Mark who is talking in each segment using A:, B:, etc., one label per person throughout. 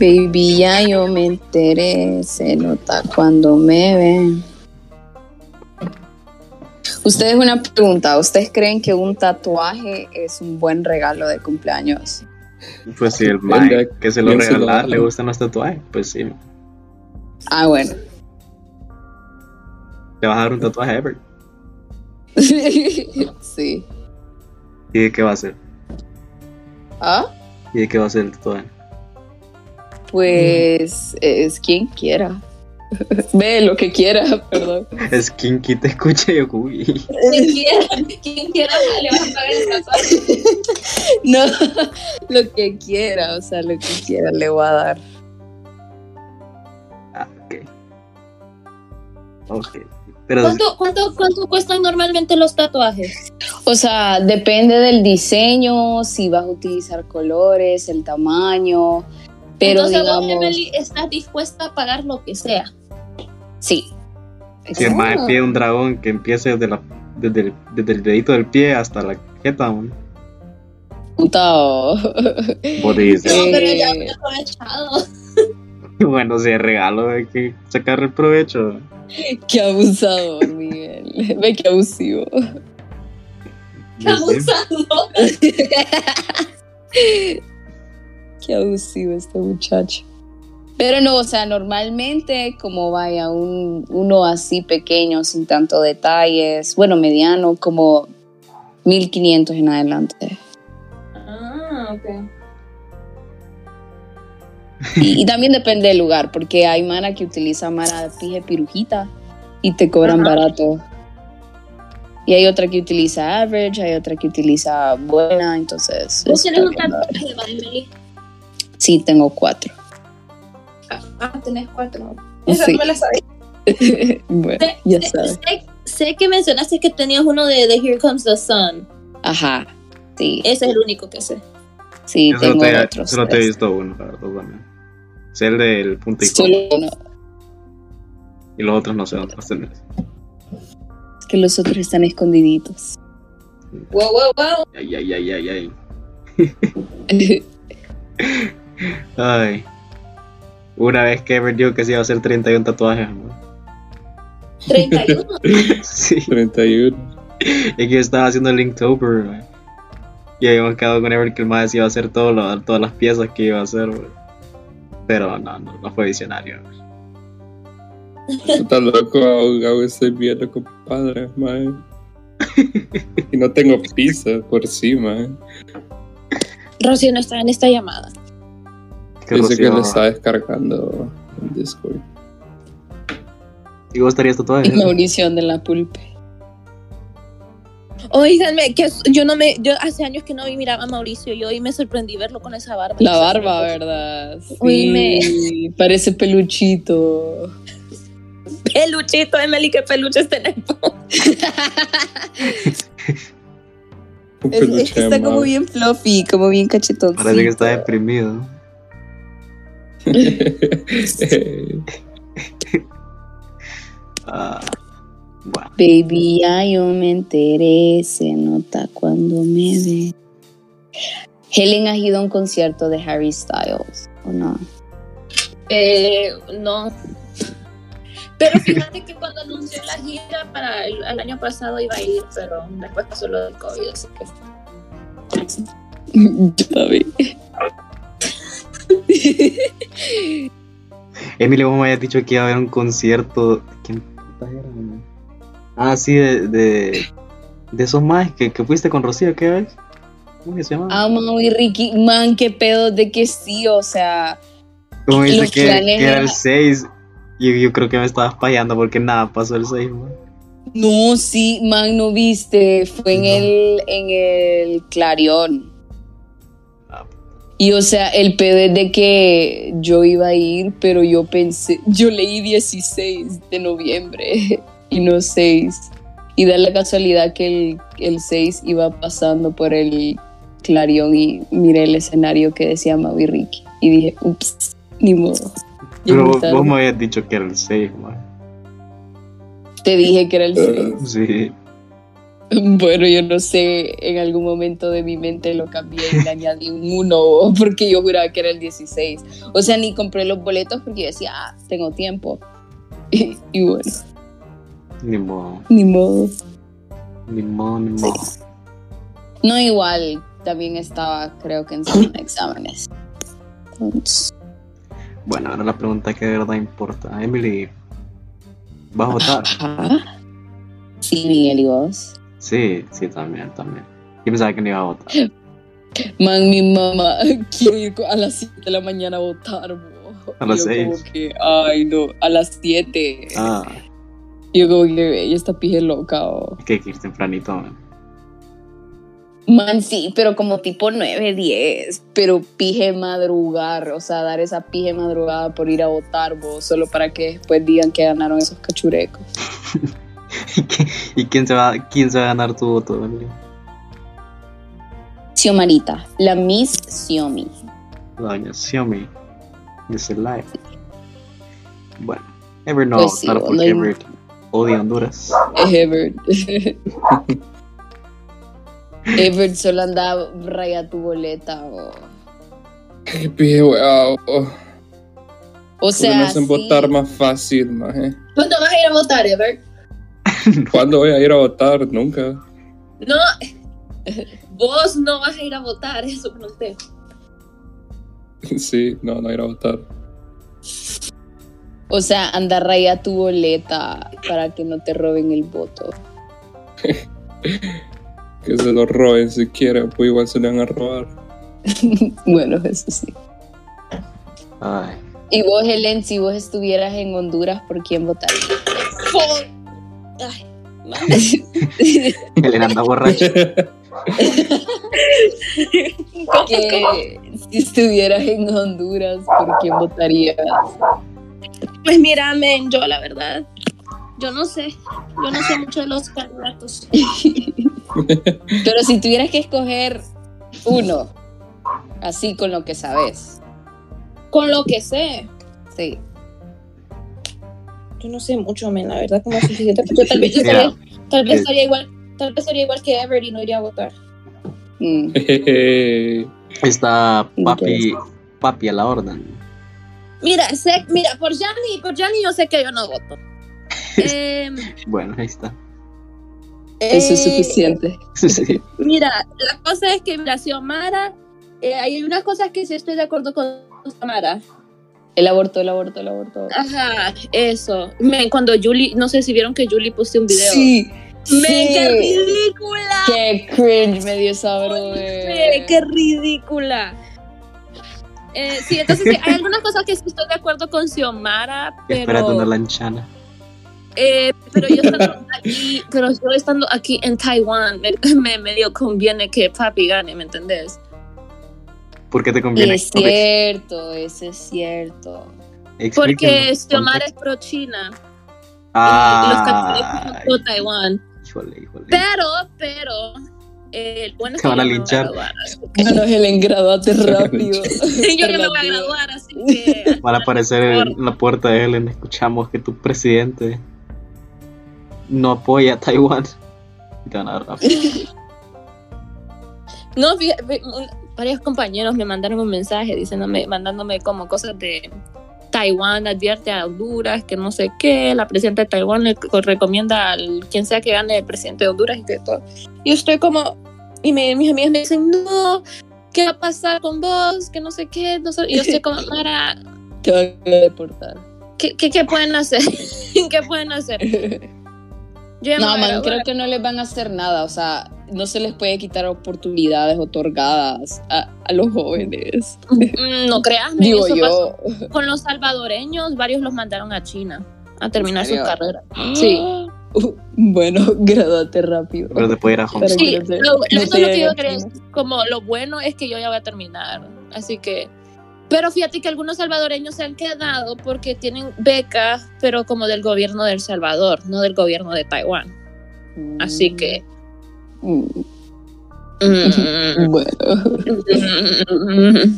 A: Baby, ya yo me enteré, se nota cuando me ven. Ustedes una pregunta, ¿ustedes creen que un tatuaje es un buen regalo de cumpleaños?
B: Pues si el Mike que se lo regalar le gustan los tatuajes, pues sí.
A: Ah, bueno.
B: ¿Te vas a dar un tatuaje, Ever?
A: sí.
B: ¿Y de qué va a ser?
A: ¿Ah?
B: ¿Y de qué va a ser el tatuaje?
A: Pues es quien quiera. Ve lo que quiera, perdón.
B: Es quien te escucha Yokugi.
C: Quien quiera, quien quiera le vas a pagar el tatuaje.
A: No, lo que quiera, o sea, lo que quiera le voy a dar.
B: Ah, ok. Ok. Pero
C: ¿Cuánto, cuánto, cuánto cuestan normalmente los tatuajes?
A: O sea, depende del diseño, si vas a utilizar colores, el tamaño, pero
C: Entonces vos,
A: digamos,
C: Emily, estás dispuesta a pagar lo que sea.
A: sí.
B: si el Mike pide un dragón que empiece desde, la, desde, el, desde el dedito del pie hasta la jeta, man.
A: Puta.
B: Vos
C: No,
B: dices,
A: Sí.
C: pero ya me he aprovechado.
B: bueno, si es regalo hay que sacar el provecho.
A: Qué abusador, Miguel. Ve qué abusivo.
C: Qué abusado.
A: Qué abusivo este muchacho. Pero no, o sea, normalmente como vaya un, uno así pequeño, sin tanto detalles, bueno, mediano, como 1500 en adelante.
C: Ah, ok.
A: Y, y también depende del lugar, porque hay Mara que utiliza Mara Pije Pirujita y te cobran
C: Ajá.
A: barato. Y hay otra que utiliza Average, hay otra que utiliza Buena, entonces...
C: Vos
A: está
C: tenés un
A: bien, ¿verdad?
C: tatuaje, va, Emily.
A: Sí, tengo cuatro.
C: Ah, tenés cuatro.
A: Sí.
C: la sabía.
A: bueno,
C: Sé,
A: ya
C: sé-
A: sabes.
C: sé- sé que mencionaste que tenías uno de, de Here Comes the Sun.
A: Ajá. Sí,
C: Ese es el único que sé.
A: sí,
B: Yo solo
A: tengo
B: te,
A: otros.
B: solo te he
A: tres.
B: visto uno, la verdad, también. Es el del puntico.
A: Solo uno.
B: Y los otros no sé dónde los tenés.
A: Es que los otros están escondiditos.
C: Wow, wow, wow.
B: Ay, ay, ay, ay, ay. Ay. Una vez que Ever dijo que se iba a hacer 31 tatuajes, man.
C: 31.
B: Sí.
D: 31.
B: Es que yo estaba haciendo el Linktober, man. Y habíamos quedado con Ever que el más iba a hacer todo lo- todas las piezas que iba a hacer, man. Pero no, no, no fue visionario. man.
D: Está loco, ahogado estoy viendo, compadre, mae. Y no tengo pizza por sí, mae.
C: Rocío no está en esta llamada.
B: Que
D: Dice que
B: Rocío-
D: lo está descargando en Discord.
B: ¿Y vos estarías tatuado?
A: Es Mauricio de la Pulpe.
C: Oíganme, que es- yo no me, yo hace años que no vi- miraba a Mauricio y hoy me sorprendí verlo con esa barba.
A: La barba, ¿verdad? Sí,
C: Oíme.
A: parece peluchito.
C: Peluchito, Emily, qué peluches tenemos.
D: Un
A: Es, es que
D: peluche,
A: está como
D: mae.
A: bien fluffy, como bien cachetón.
B: Parece que está deprimido.
D: Eh,
B: Ah, bueno.
A: Baby, ya yo me enteré, se nota cuando me ve. Helen ha ido a un concierto de Harry Styles, ¿o no?
C: Eh, no. Pero fíjate que cuando anunció la gira para el, el año pasado iba a ir, pero después pasó lo del COVID, así que
A: Yo también.
B: Emily, vos me habías dicho que iba a haber un concierto. ¿Quién puta era? man? Ah, sí, de. de, de esos más que, que fuiste con Rocío, ¿qué ves? ¿Cómo que se llama?
A: Amo y Ricky, man, qué pedo de que sí, o sea,
B: Como dice
A: Ah, los
B: que,
A: planes
B: que era
A: era-
B: el 6. Y yo creo que me estabas payando porque nada pasó el 6, man.
A: no, sí, man, no viste, fue en
B: No.
A: el, en el Clarion.
B: Ah.
A: Y o sea, el pedo es de que yo iba a ir, pero yo pensé, yo leí 16 de noviembre y no 6. Y da la casualidad que el, el 6 iba pasando por el Clarion y miré el escenario que decía Mau y Ricky. Y dije, ups, ni modo. Llegué
B: Pero vos,
A: tarde.
B: vos me habías dicho que era el 6, man.
A: Te dije que era el 6.
D: eh,
B: Sí.
A: Bueno, yo no sé, en algún momento de mi mente lo cambié y le añadí un 1 porque yo juraba que era el 16. O sea, ni compré los boletos porque yo decía, ah, tengo tiempo. Y, y bueno,
B: Ni modo,
A: ni modo.
B: ni modo, ni modo.
A: No, igual, también estaba, creo que en zona de exámenes. Entonces,
B: Bueno, ahora la pregunta que de verdad importa. Emily, ¿vas a votar? Ah.
A: ajá. Sí, Miguel y vos.
B: Sí, sí, también, también. Yo pensaba que no iba a votar.
A: Man, mi mamá, quiero ir co- a las 7 de la mañana a votar. bo.
B: A
A: Yo
B: las
A: como
B: seis.
A: que, Ay, no, a las 7.
B: Ah,
A: Yo como que, ella está pije loca. bo".
B: es que hay que ir tempranito, man.
A: Man, sí, pero como tipo 9, 10. Pero pije madrugar, o sea, dar esa pije madrugada por ir a votar, bo, solo para que después digan que ganaron esos cachurecos.
B: ¿Y, qué- y quién, se va, quién se va a ganar tu voto, Emily?
A: Xiomarita, la Miss Xiomi.
B: Doña Xiaomi. Dice live. Bueno, Ever no va a
A: Pues sí,
B: votar porque
A: no hay-
B: Ever odia Honduras.
A: Es Everett. Everett solo andaba raya tu boleta, bo.
D: Qué pije, weá.
A: O
D: Se oh, me
A: sea,
D: hacen
A: sí.
D: votar más fácil, maje.
C: ¿Cuándo Pues vas a ir a votar, Ever?
D: ¿Cuándo voy a ir a votar? Nunca.
C: No, vos no vas a ir a votar, eso pregunté.
D: Sí, no, no ir a votar.
A: O sea, anda raya tu boleta para que no te roben el voto.
D: Que se lo roben si quieren, pues igual se le van a robar.
A: Bueno, eso sí.
B: Ay,
A: Y vos, Helen, si vos estuvieras en Honduras, ¿por quién votarías?
C: Ay,
B: Elena anda borracha.
D: Eh,
A: Que si estuvieras en Honduras, ¿por quién votarías?
C: Pues mira, men, yo la verdad, yo no sé, yo no sé mucho de los candidatos.
A: Pero si tuvieras que escoger uno, así con lo que sabes.
C: Con lo que sé,
A: Sí.
C: yo no sé mucho, men, la verdad, como suficiente. Yo tal vez, yo
B: Mira,
C: estaría, tal vez
B: eh.
C: estaría igual, tal vez estaría igual que Ever y no iría a votar.
A: Mm.
D: eh,
B: Está papi, papi a la orden.
C: Mira, sé, mira, por Yanni, por Yanni yo sé que yo no voto. Em,
B: Bueno, ahí está.
A: Eso es
C: eh,
A: suficiente.
B: Sí.
C: Mira, la cosa es que, mira, Xiomara, eh, hay unas cosas que sí estoy de acuerdo con Xiomara.
A: El aborto, el aborto, el aborto.
C: Ajá, eso. Men, cuando Julie, no sé si vieron que Julie puso un video.
A: Sí.
C: Men,
A: sí.
C: qué ridícula.
A: Qué cringe me dio esa bro,
C: Men,
A: eh.
C: qué ridícula. Eh, sí, entonces sí, hay algunas cosas que sí estoy de acuerdo con Xiomara,
B: Esperando una
C: pero,
B: lanchana.
C: eh, pero, yo estando aquí, pero yo estando aquí en Taiwán, me, me medio conviene que papi gane, ¿me entendés?
B: ¿Por qué te conviene?
A: Es
C: Este,
A: cierto, eso es cierto.
C: Porque Xiomara es pro-China. y los
B: Ah,
C: candidatos son Taiwán.
B: híjole, híjole.
C: Pero, pero, eh, el bueno es
B: Te van
C: que
B: a
C: yo me voy
B: linchar.
C: graduar, así que-
A: Bueno, Helen, graduate rápido.
C: yo ya me voy a graduar, así que.
B: Van a aparecer en la puerta de Helen. Escuchamos que tu presidente no apoya a Taiwán. Y te van a dar rápido.
C: No, fíjate, fí- un- varios compañeros me mandaron un mensaje diciéndome, mandándome como cosas de Taiwán, advierte a Honduras, que no sé qué, la presidenta de Taiwán le co- recomienda al quien sea que gane el presidente de Honduras y que todo. Y yo estoy como, y me- mis amigas me dicen, no, ¿qué va a pasar con vos? Que no sé qué, no sé. Y yo estoy como, Mara,
A: Te van a deportar.
C: ¿Qué, qué, qué pueden hacer? ¿Qué pueden hacer? Yo ya me
A: No,
C: voy
A: man,
C: a graduar.
A: creo que no les van a hacer nada. O sea, no se les puede quitar oportunidades otorgadas a, a los jóvenes.
C: Mm, No creas, men,
A: Digo
C: eso pasó
A: yo.
C: Con los salvadoreños, varios los mandaron a China a terminar
A: ¿En
C: Ah, sus
A: serio?
C: carreras.
A: Sí. Uh, bueno, graduate rápido.
B: Pero después ir a Hong
A: Pero
B: Kong.
C: Sí,
A: no te-
C: lo- lo-
A: no
C: eso
A: te
C: es lo que
A: llega
C: yo creo.
A: China.
C: Como lo bueno es que yo ya voy a terminar. Así que. Pero fíjate que algunos salvadoreños se han quedado porque tienen becas, pero como del gobierno del Salvador, no del gobierno de Taiwán. Así que.
A: Mm,
C: mm,
A: Bueno,
C: Mm. Así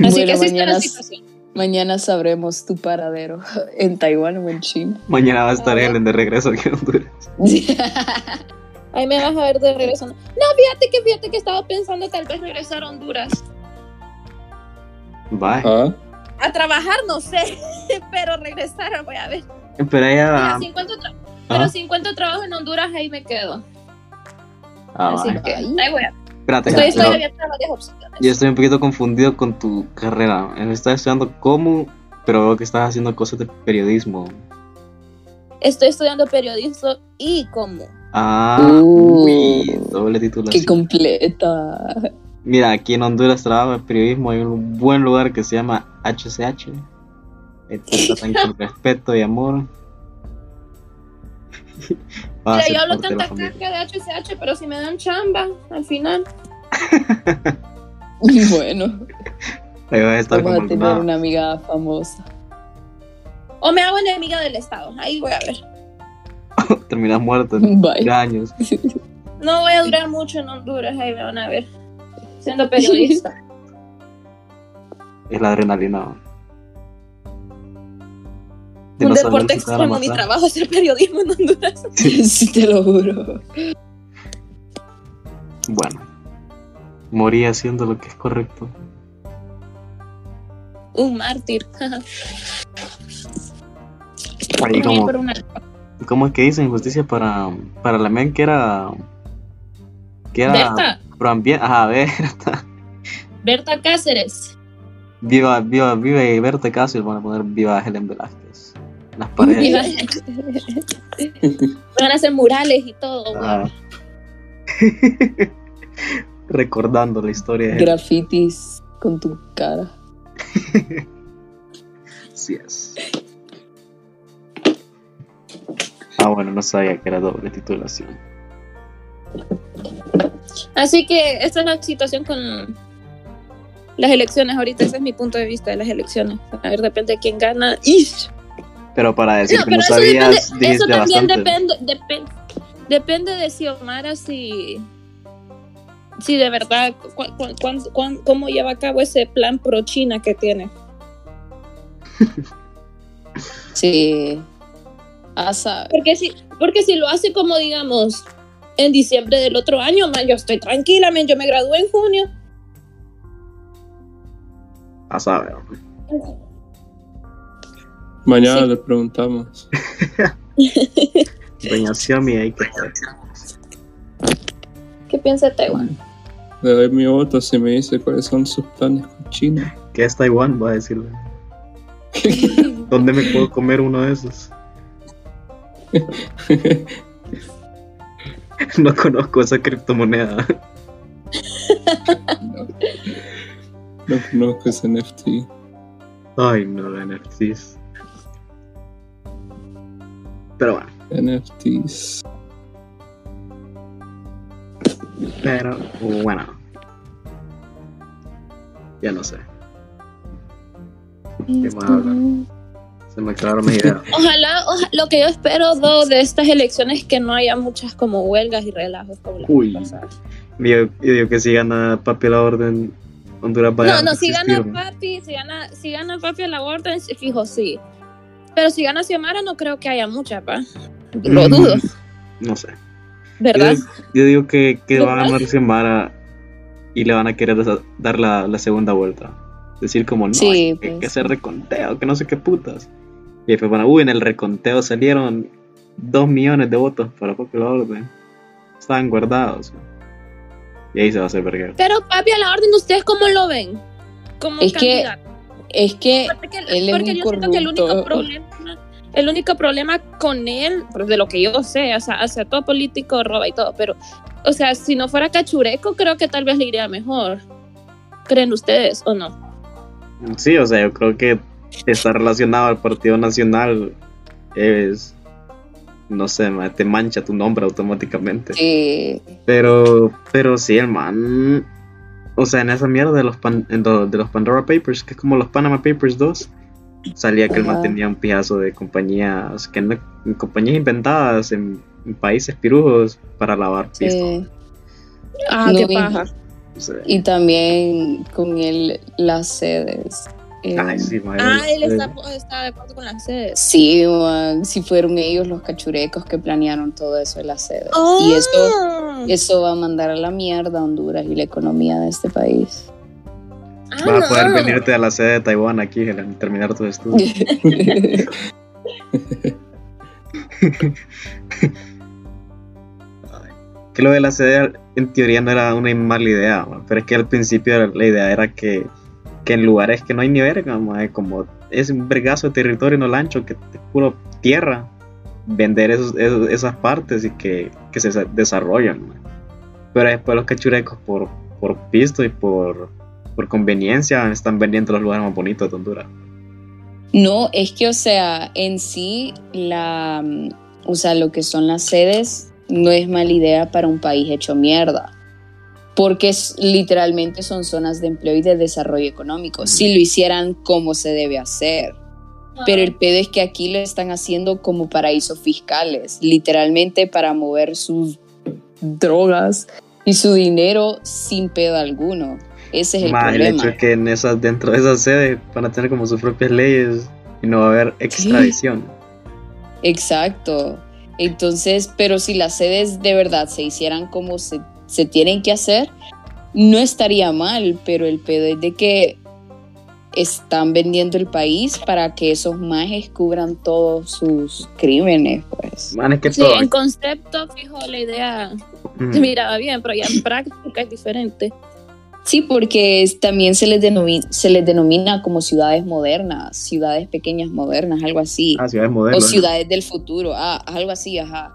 A: Bueno,
C: que así está
A: mañana-
C: la situación.
A: mañana sabremos tu paradero en Taiwán o en China.
B: Mañana va a estar Helen de regreso aquí en Honduras.
C: Ahí me vas a ver de regreso. No, fíjate que fíjate que estaba pensando tal vez regresar a Honduras.
B: Bye.
D: Ah,
C: A trabajar, no sé, pero regresar, voy a ver.
B: Pero ella. Ah.
C: Mira, si encuentro tra-
B: Ajá.
C: Pero si encuentro trabajo en Honduras, ahí me quedo.
B: Ah,
C: Así
B: bye.
C: que ahí voy a-
B: Espérate,
C: Estoy, estoy
B: no,
C: abierta a varias opciones.
B: yo estoy un poquito confundido con tu carrera. Estás estudiando cómo, pero veo que estás haciendo cosas de periodismo.
C: Estoy estudiando periodismo y cómo.
B: Ah,
A: Uh.
B: uy, doble
A: Qué
B: titulación.
A: completa.
B: Mira, aquí en Honduras trabaja el periodismo. Hay un buen lugar que se llama HCH. Ahí te tratan Este, con respeto y amor. Vas a
C: Mira,
B: ser
C: yo hablo
B: parte de la
C: tanta
B: familia.
C: caca de HCH, pero si me dan chamba, al final.
A: Y bueno,
B: Ahí vas a estar
A: vamos
B: como
A: a
B: el
A: tener
B: nada.
A: una amiga famosa.
C: O me hago enemiga del Estado. Ahí voy a ver.
B: Terminas muerto en tres
A: Bye.
B: años.
C: No voy a durar mucho en Honduras, ahí me van a ver. Siendo periodista.
B: Es la adrenalina. ¿no? De
C: Un
B: no saber
C: deporte
B: si te van a
C: extremo, mi
B: matar.
C: trabajo es el periodismo en Honduras.
A: Sí, te lo juro.
B: Eh. Bueno, morí haciendo lo que es correcto.
C: Un mártir.
B: Ahí
C: Morir
B: como,
C: por una-
B: ¿Cómo es que dicen justicia para, para la men que era. que era.
C: Berta,
B: proambiente? Ajá, Berta.
C: Berta Cáceres.
B: Viva, viva, viva y Berta casi van a poner viva Helen Velázquez. Las paredes.
C: Me van- me van a hacer murales y todo. güey.
B: Ah. Recordando la historia de
A: Grafitis con tu cara.
B: Así es. Ah, bueno, no sabía que era doble titulación.
C: Así que esta es la situación con las elecciones. Ahorita ese es mi punto de vista de las elecciones. A ver, de repente quién gana. ¡Ish!
B: Pero para decir
C: No,
B: que no
C: pero eso
B: sabías,
C: depende-
B: dijiste
C: eso también
B: bastante.
C: depende, depende, depende de si Omar si, si de verdad cu- cu- cuán- cuán- cómo lleva a cabo ese plan pro China que tiene.
A: Sí. Asa.
C: Porque si, porque si lo hace como digamos en diciembre del otro año, man, yo estoy tranquila, man, yo me gradué en junio.
B: A saber.
D: mañana
C: Sí.
D: le preguntamos.
B: Doña Xiaomi ahí que está.
C: ¿Qué piensa Taiwán?
D: Le doy mi voto si me dice cuáles son sus planes con China.
B: ¿Qué es Taiwán? Voy a decirle. ¿Dónde me puedo comer uno de esos? No conozco esa criptomoneda.
D: No, no conozco ese NFT.
B: Ay, no, la NFTs. Pero bueno,
D: NFTs.
B: pero bueno. Ya no sé. ¿Qué más hablar? Se me aclararon mis ideas.
C: Ojalá, oja- lo que yo espero do, de estas elecciones es que no haya muchas como huelgas y relajos como las
B: Uy.
C: pasadas.
B: Yo, yo digo que si gana papi la orden, Honduras vaya pues
C: No,
B: a
C: no, si gana
B: resistir, ¿no?
C: papi, si gana, si gana papi a la orden, sí, fijo, sí. Pero si gana Xiomara, no creo que haya mucha, pa. Lo
B: Mm,
C: dudo,
B: No sé. Yo,
C: ¿verdad?
B: yo digo que, que va a
C: ¿Verdad?
B: ganar Xiomara y le van a querer desa- dar la, la segunda vuelta. Decir como no,
A: Sí,
B: hay que,
A: pues.
B: que hacer reconteo, que no sé qué putas. Y después van a, uy, en el reconteo salieron dos millones de votos para Papi la Orden. Estaban guardados. Y ahí se va a hacer verguero.
C: Pero papi a la orden, ¿ustedes cómo lo ven? Como
A: Es que-
C: candidato.
A: Es que
C: porque
A: Eh, él es
C: porque
A: un
C: yo siento que el único
A: corrupto.
C: problema, el único problema con él, pues, de lo que yo sé, o sea, hacia todo político roba y todo, pero, o sea, si no fuera cachureco, creo que tal vez le iría mejor. ¿Creen ustedes o no?
B: Sí, o sea, yo creo que está relacionado al Partido Nacional. Es. No sé, ma, te mancha tu nombre automáticamente.
A: sí.
B: Pero, pero sí, el man. O sea, en esa mierda de los, pan- de los- de los Pandora Papers, que es como los Panama Papers 2, salía que el man
A: Ajá.
B: tenía un pijazo de compañías, que no- compañías inventadas en, en países pirujos para lavar pisto.
A: sí.
C: Ah,
A: No,
C: qué
A: mi-
C: paja.
B: O sea,
A: Y también con él las sedes Eh,
B: Ay, sí, mae.
C: Ah, él
B: Eh,
C: está, está de acuerdo con las sedes.
A: Sí, man, sí fueron ellos los cachurecos que planearon todo eso de las sedes.
C: Oh.
A: Y eso,
C: esto
A: eso va a mandar a la mierda a Honduras y la economía de este país.
C: Ah,
B: Vas a poder venirte a la sede de Taiwán aquí, Helen, y terminar tus estudios. que lo de la sede en teoría no era una mala idea, ma, pero es que al principio la idea era que, que en lugares que no hay ni verga, ma, como es un vergazo de territorio no ancho, que es puro tierra, vender esos, esos- esas partes y que, que se sa- desarrollan. ma. Pero después los cachurecos por, por pisto y por, por conveniencia están vendiendo los lugares más bonitos de Honduras.
A: No, es que, o sea, en sí, la, mm, o sea, lo que son las sedes no es mala idea para un país hecho mierda. Porque es- literalmente son zonas de empleo y de desarrollo económico. Si lo hicieran como se debe hacer. Pero el pedo es que aquí lo están haciendo como paraísos fiscales, literalmente para mover sus drogas y su dinero sin pedo alguno. Ese es el
B: Más el
A: problema. eh.
B: hecho que en esas, dentro de esas sedes van a tener como sus propias leyes y no va a haber extradición.
A: Exacto. Entonces, pero si las sedes de verdad se hicieran como se, se tienen que hacer, no estaría mal, pero el pedo es de que están vendiendo el país para que esos majes cubran todos sus crímenes, pues.
B: Man, es que
C: Sí,
B: todo.
C: en concepto, fijo, la idea
B: Mm.
C: se miraba bien, pero ya en práctica es diferente.
A: Sí, porque es- también se les, denomina, se les denomina como ciudades modernas, ciudades pequeñas modernas, algo así.
B: Ah, ciudades
A: o
B: modernas.
A: ciudades del futuro, ah, algo así, ajá.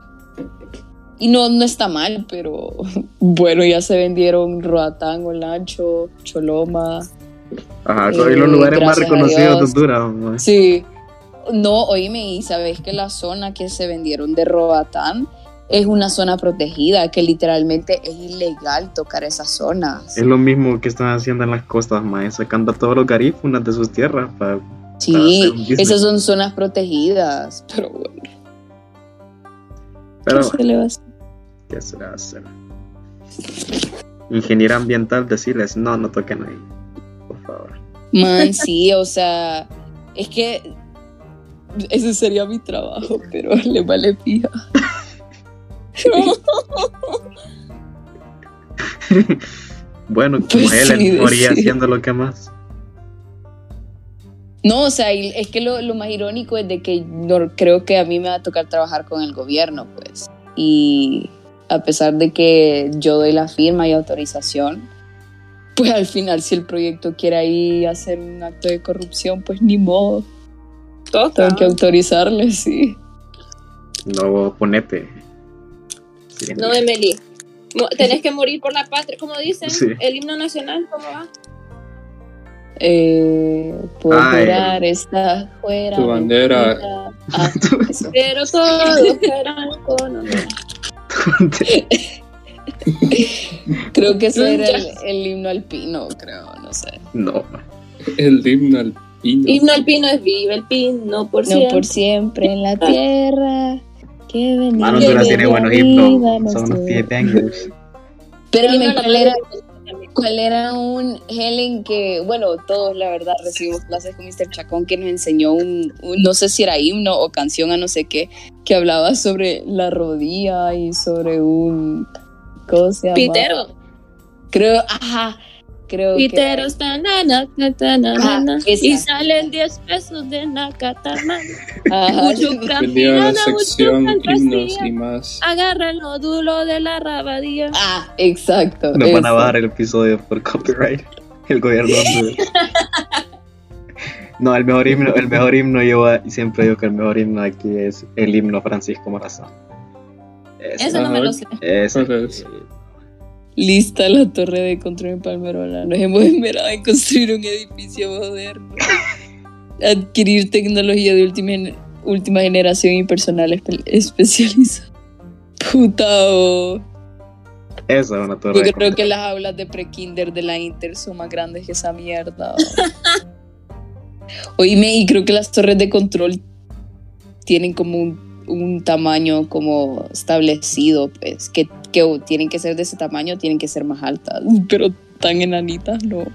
A: Y no, no está mal, pero bueno, ya se vendieron Roatán, Olancho, Choloma.
B: Ajá,
A: Eh,
B: son los lugares
A: gracias
B: más
A: a
B: reconocidos de
A: Dios.
B: Honduras. man.
A: Sí. No, oíme, y sabes que la zona que se vendieron de Roatán es una zona protegida, que literalmente es ilegal tocar esas zonas.
B: Es lo mismo que están haciendo en las costas, man, sacando a todos los garífunas de sus tierras. pa-
A: Sí,
B: hacer un business.
A: esas son zonas protegidas, pero bueno, ¿qué
B: Pero,
A: se le va a hacer?
B: ¿qué se le va a hacer? Ingeniero ambiental, decirles, no, no toquen ahí. Por favor.
A: Man, sí, o sea, es que ese sería mi trabajo, pero le vale pija.
B: Bueno, como
A: Pues
B: Helen
A: sí,
B: moría
A: sí.
B: haciendo lo que más.
A: No, o sea, y es que lo, lo más irónico es de que no- creo que a mí me va a tocar trabajar con el gobierno, pues. Y a pesar de que yo doy la firma y autorización, pues al final si el proyecto quiere ahí hacer un acto de corrupción, pues ni modo, tengo
D: Ah.
A: que autorizarle, sí.
B: No, ponete. Sí,
C: No, Emily. Mo- Tenés que morir por la patria, como dicen.
B: Sí.
C: El himno nacional, ¿cómo va?
A: Eh, por
B: Ay.
A: jurar esta fuera.
D: Tu bandera.
A: mentira. Ah, eso.
C: Pero todos eran con
A: Creo que ese era
C: Ya.
A: el, el himno alpino, creo, no sé.
B: no.
D: El himno alpino.
C: Himno al pino es vive el pino, por Ah.
A: No
C: cierto.
A: por siempre en la tierra. Que venía
B: Mano Honduras
A: de
B: tiene
A: la
B: buenos
A: vida,
B: himnos.
A: no
B: Son unos
A: sé.
B: pie bangers.
A: Pero
C: El himno
A: dime,
C: a la
A: ¿cuál era,
C: patria.
A: cuál era un Helen que, bueno, todos la verdad recibimos clases con Mr. Chacón que nos enseñó un, un- no sé si era himno o canción a no sé qué, que hablaba sobre la rodilla y sobre un... ¿Cómo se llama?
C: Pitero.
A: Creo, ajá, creo que...
C: Piteros, tanana, tanana,
A: Ah, esa.
C: y salen 10 pesos de Nakatamana.
A: Ajá.
D: Tenía
C: Mucho
D: una sección himnos y más.
C: Agarra el nódulo de la rabadilla.
A: Ah, exacto.
B: Nos van a
A: eso.
B: bajar el episodio por copyright. El gobierno. hondureño. No, el mejor himno, el mejor himno yo siempre digo que el mejor himno aquí es el himno Francisco Morazán.
D: Ah,
B: Ese,
C: Eso no me lo sé.
B: ese.
D: ¿Cuál es?
A: Lista la torre de control en Palmerola. Nos hemos esmerado en construir un edificio moderno. Adquirir tecnología de última, gen- última generación y personal espe- especializado. Puta, oh.
B: Esa es una torre.
A: Yo
B: de
A: creo
B: control.
A: que las aulas de prekinder de la Inter son más grandes que esa mierda. Oíme, y creo que las torres de control tienen como un, un tamaño como establecido, pues, que, que o tienen que ser de ese tamaño, tienen que ser más altas, pero tan enanitas no.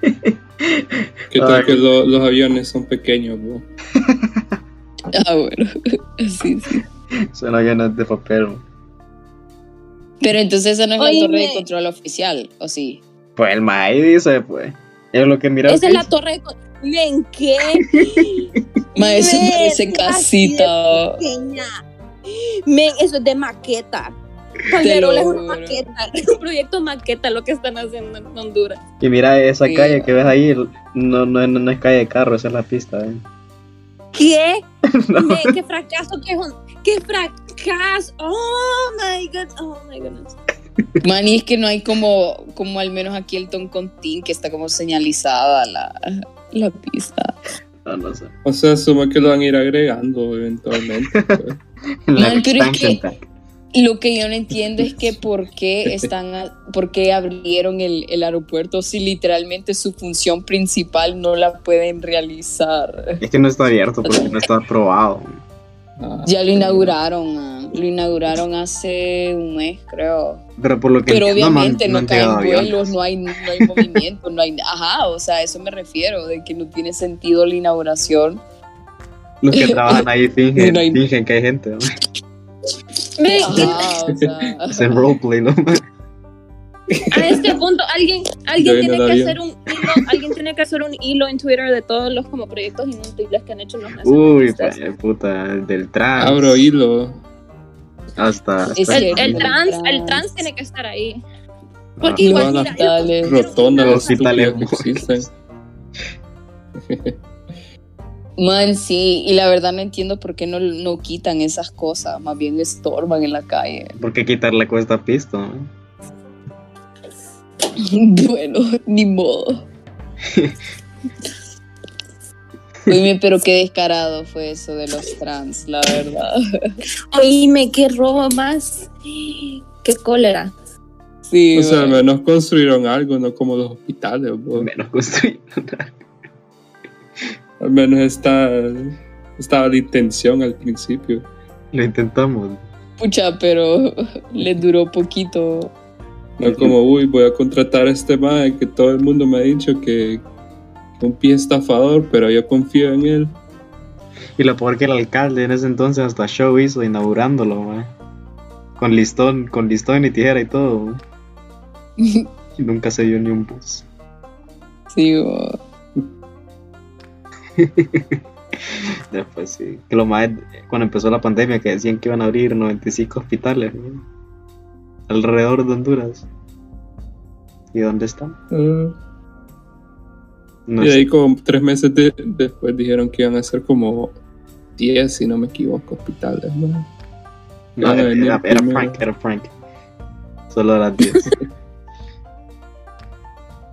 D: ¿Qué
B: Ay.
D: tal que lo- los aviones son pequeños, bro?
A: Ah, bueno. Sí, sí.
B: Son aviones de papel. man.
A: Pero entonces esa no es la
C: Oíme.
A: torre de control oficial, ¿o sí?
B: Pues el maíz dice, pues. Es lo que mira.
C: Esa es la torre de control. ¿Ven qué?
A: Ma, eso
C: Verga,
A: parece casita.
C: Pequeña. Men, eso es de maqueta. Palmerola es
A: lo
C: una
A: juro.
C: maqueta. Es un proyecto maqueta lo que están haciendo en Honduras.
B: Y mira esa
A: Sí.
B: calle que ves ahí. No, no, es- no es calle de carro, esa es la pista. ¿eh?
C: ¿Qué?
B: No.
C: Men, qué fracaso, qué, hon- qué fracaso. Oh my god, oh my goodness.
A: Man, y es que no hay como, como al menos aquí el Toncontín, que está como señalizada la, la pista.
B: No, no sé.
D: O sea, asumo que lo van a ir agregando eventualmente. pues.
B: La
A: Man, pero es
B: expansion pack.
A: Lo que yo no entiendo es que por qué están, a- por qué abrieron el, el aeropuerto si literalmente su función principal no la pueden realizar.
B: Es que no está abierto porque no está aprobado. man.
D: Ah,
A: Ya lo
D: sí.
A: inauguraron, ah, lo inauguraron hace un mes, creo.
B: Pero por lo que
A: Pero
B: entiendo, no han-
A: obviamente
B: no
A: no,
B: han
A: caen
B: llegado aviones.
A: vuelos, no hay, no hay movimiento, no hay, ajá, o sea, a eso me refiero, de que no tiene sentido la inauguración.
B: Los que trabajan ahí fingen,
A: No hay-
B: fingen que hay gente. man.
C: Men,
A: Ajá, o sea,
B: Es el roleplay, ¿no?
C: a este punto alguien, alguien
D: Ya viene
C: tiene
D: el
C: que
D: avión.
C: hacer un hilo, alguien tiene que hacer un hilo en Twitter de todos los como proyectos inútiles que han hecho los
B: Uy, pues,
C: nacionalistas.
B: pa- puta, del trans.
D: Abro hilo.
B: Hasta. hasta
A: Es
C: el, el
A: Sí.
C: trans, el
A: Trans.
C: trans tiene que estar ahí.
B: Ah,
C: Porque
A: Los
C: igual mira, yo
A: hospitales.
D: Rotondas
B: Los hospitales
D: estúpidas que existen.
A: Man, sí, y la verdad no entiendo por qué no, no quitan esas cosas, más bien estorban en la calle.
B: ¿Por qué quitarle cuesta pisto? no?
A: Bueno, ni modo. Oye, pero qué descarado fue eso de los trans, la verdad.
C: Oíme, qué robo más. Qué cólera.
A: Sí,
D: O sea, al
A: man.
D: menos construyeron algo, no como los hospitales. bro.
B: Menos construir.
D: Al menos está, estaba la intención al principio.
B: Lo intentamos.
A: Pucha, pero les duró poquito.
D: No como, uy, voy a contratar a este mae que todo el mundo me ha dicho que que un pie estafador, pero yo confío en él.
B: Y lo peor que el alcalde en ese entonces hasta show hizo inaugurándolo, man. Con listón, con listón y tijera y todo, man. Y nunca se dio ni un bus.
A: Sí, man.
B: Después sí. Que lo más cuando empezó la pandemia que decían que iban a abrir 95 hospitales, man. Alrededor de Honduras. ¿Y dónde están?
D: Ah,
B: No
D: y de
B: sé.
D: ahí como tres meses de- después dijeron que iban a ser como 10, si no me equivoco, hospitales. mae.
B: No,
D: Ah,
B: era,
D: venía
B: era- era
D: primero.
B: Frank, era Frank. Solo a las 10.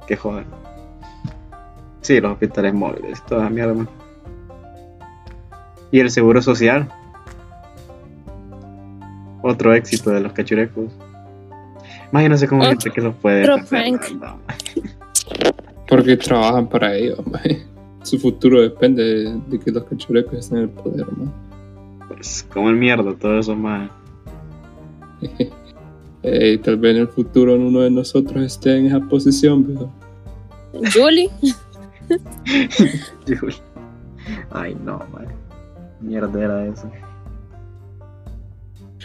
B: Qué joder. Sí, los hospitales móviles, toda mierda. man. Y el seguro social. Otro éxito de los cachurecos. Más yo no sé cómo hay gente que los puede.
C: Otro
B: defender,
C: prank.
B: la verdad.
D: Porque trabajan para ellos. mae. Su futuro depende de, de que los cachurecos estén en el poder. mae.
B: Pues, como el mierda, todo eso más.
D: Eh, tal vez en el futuro uno de nosotros esté en esa posición. pero-
C: Julie.
B: Ay, no, man. Mierda era eso.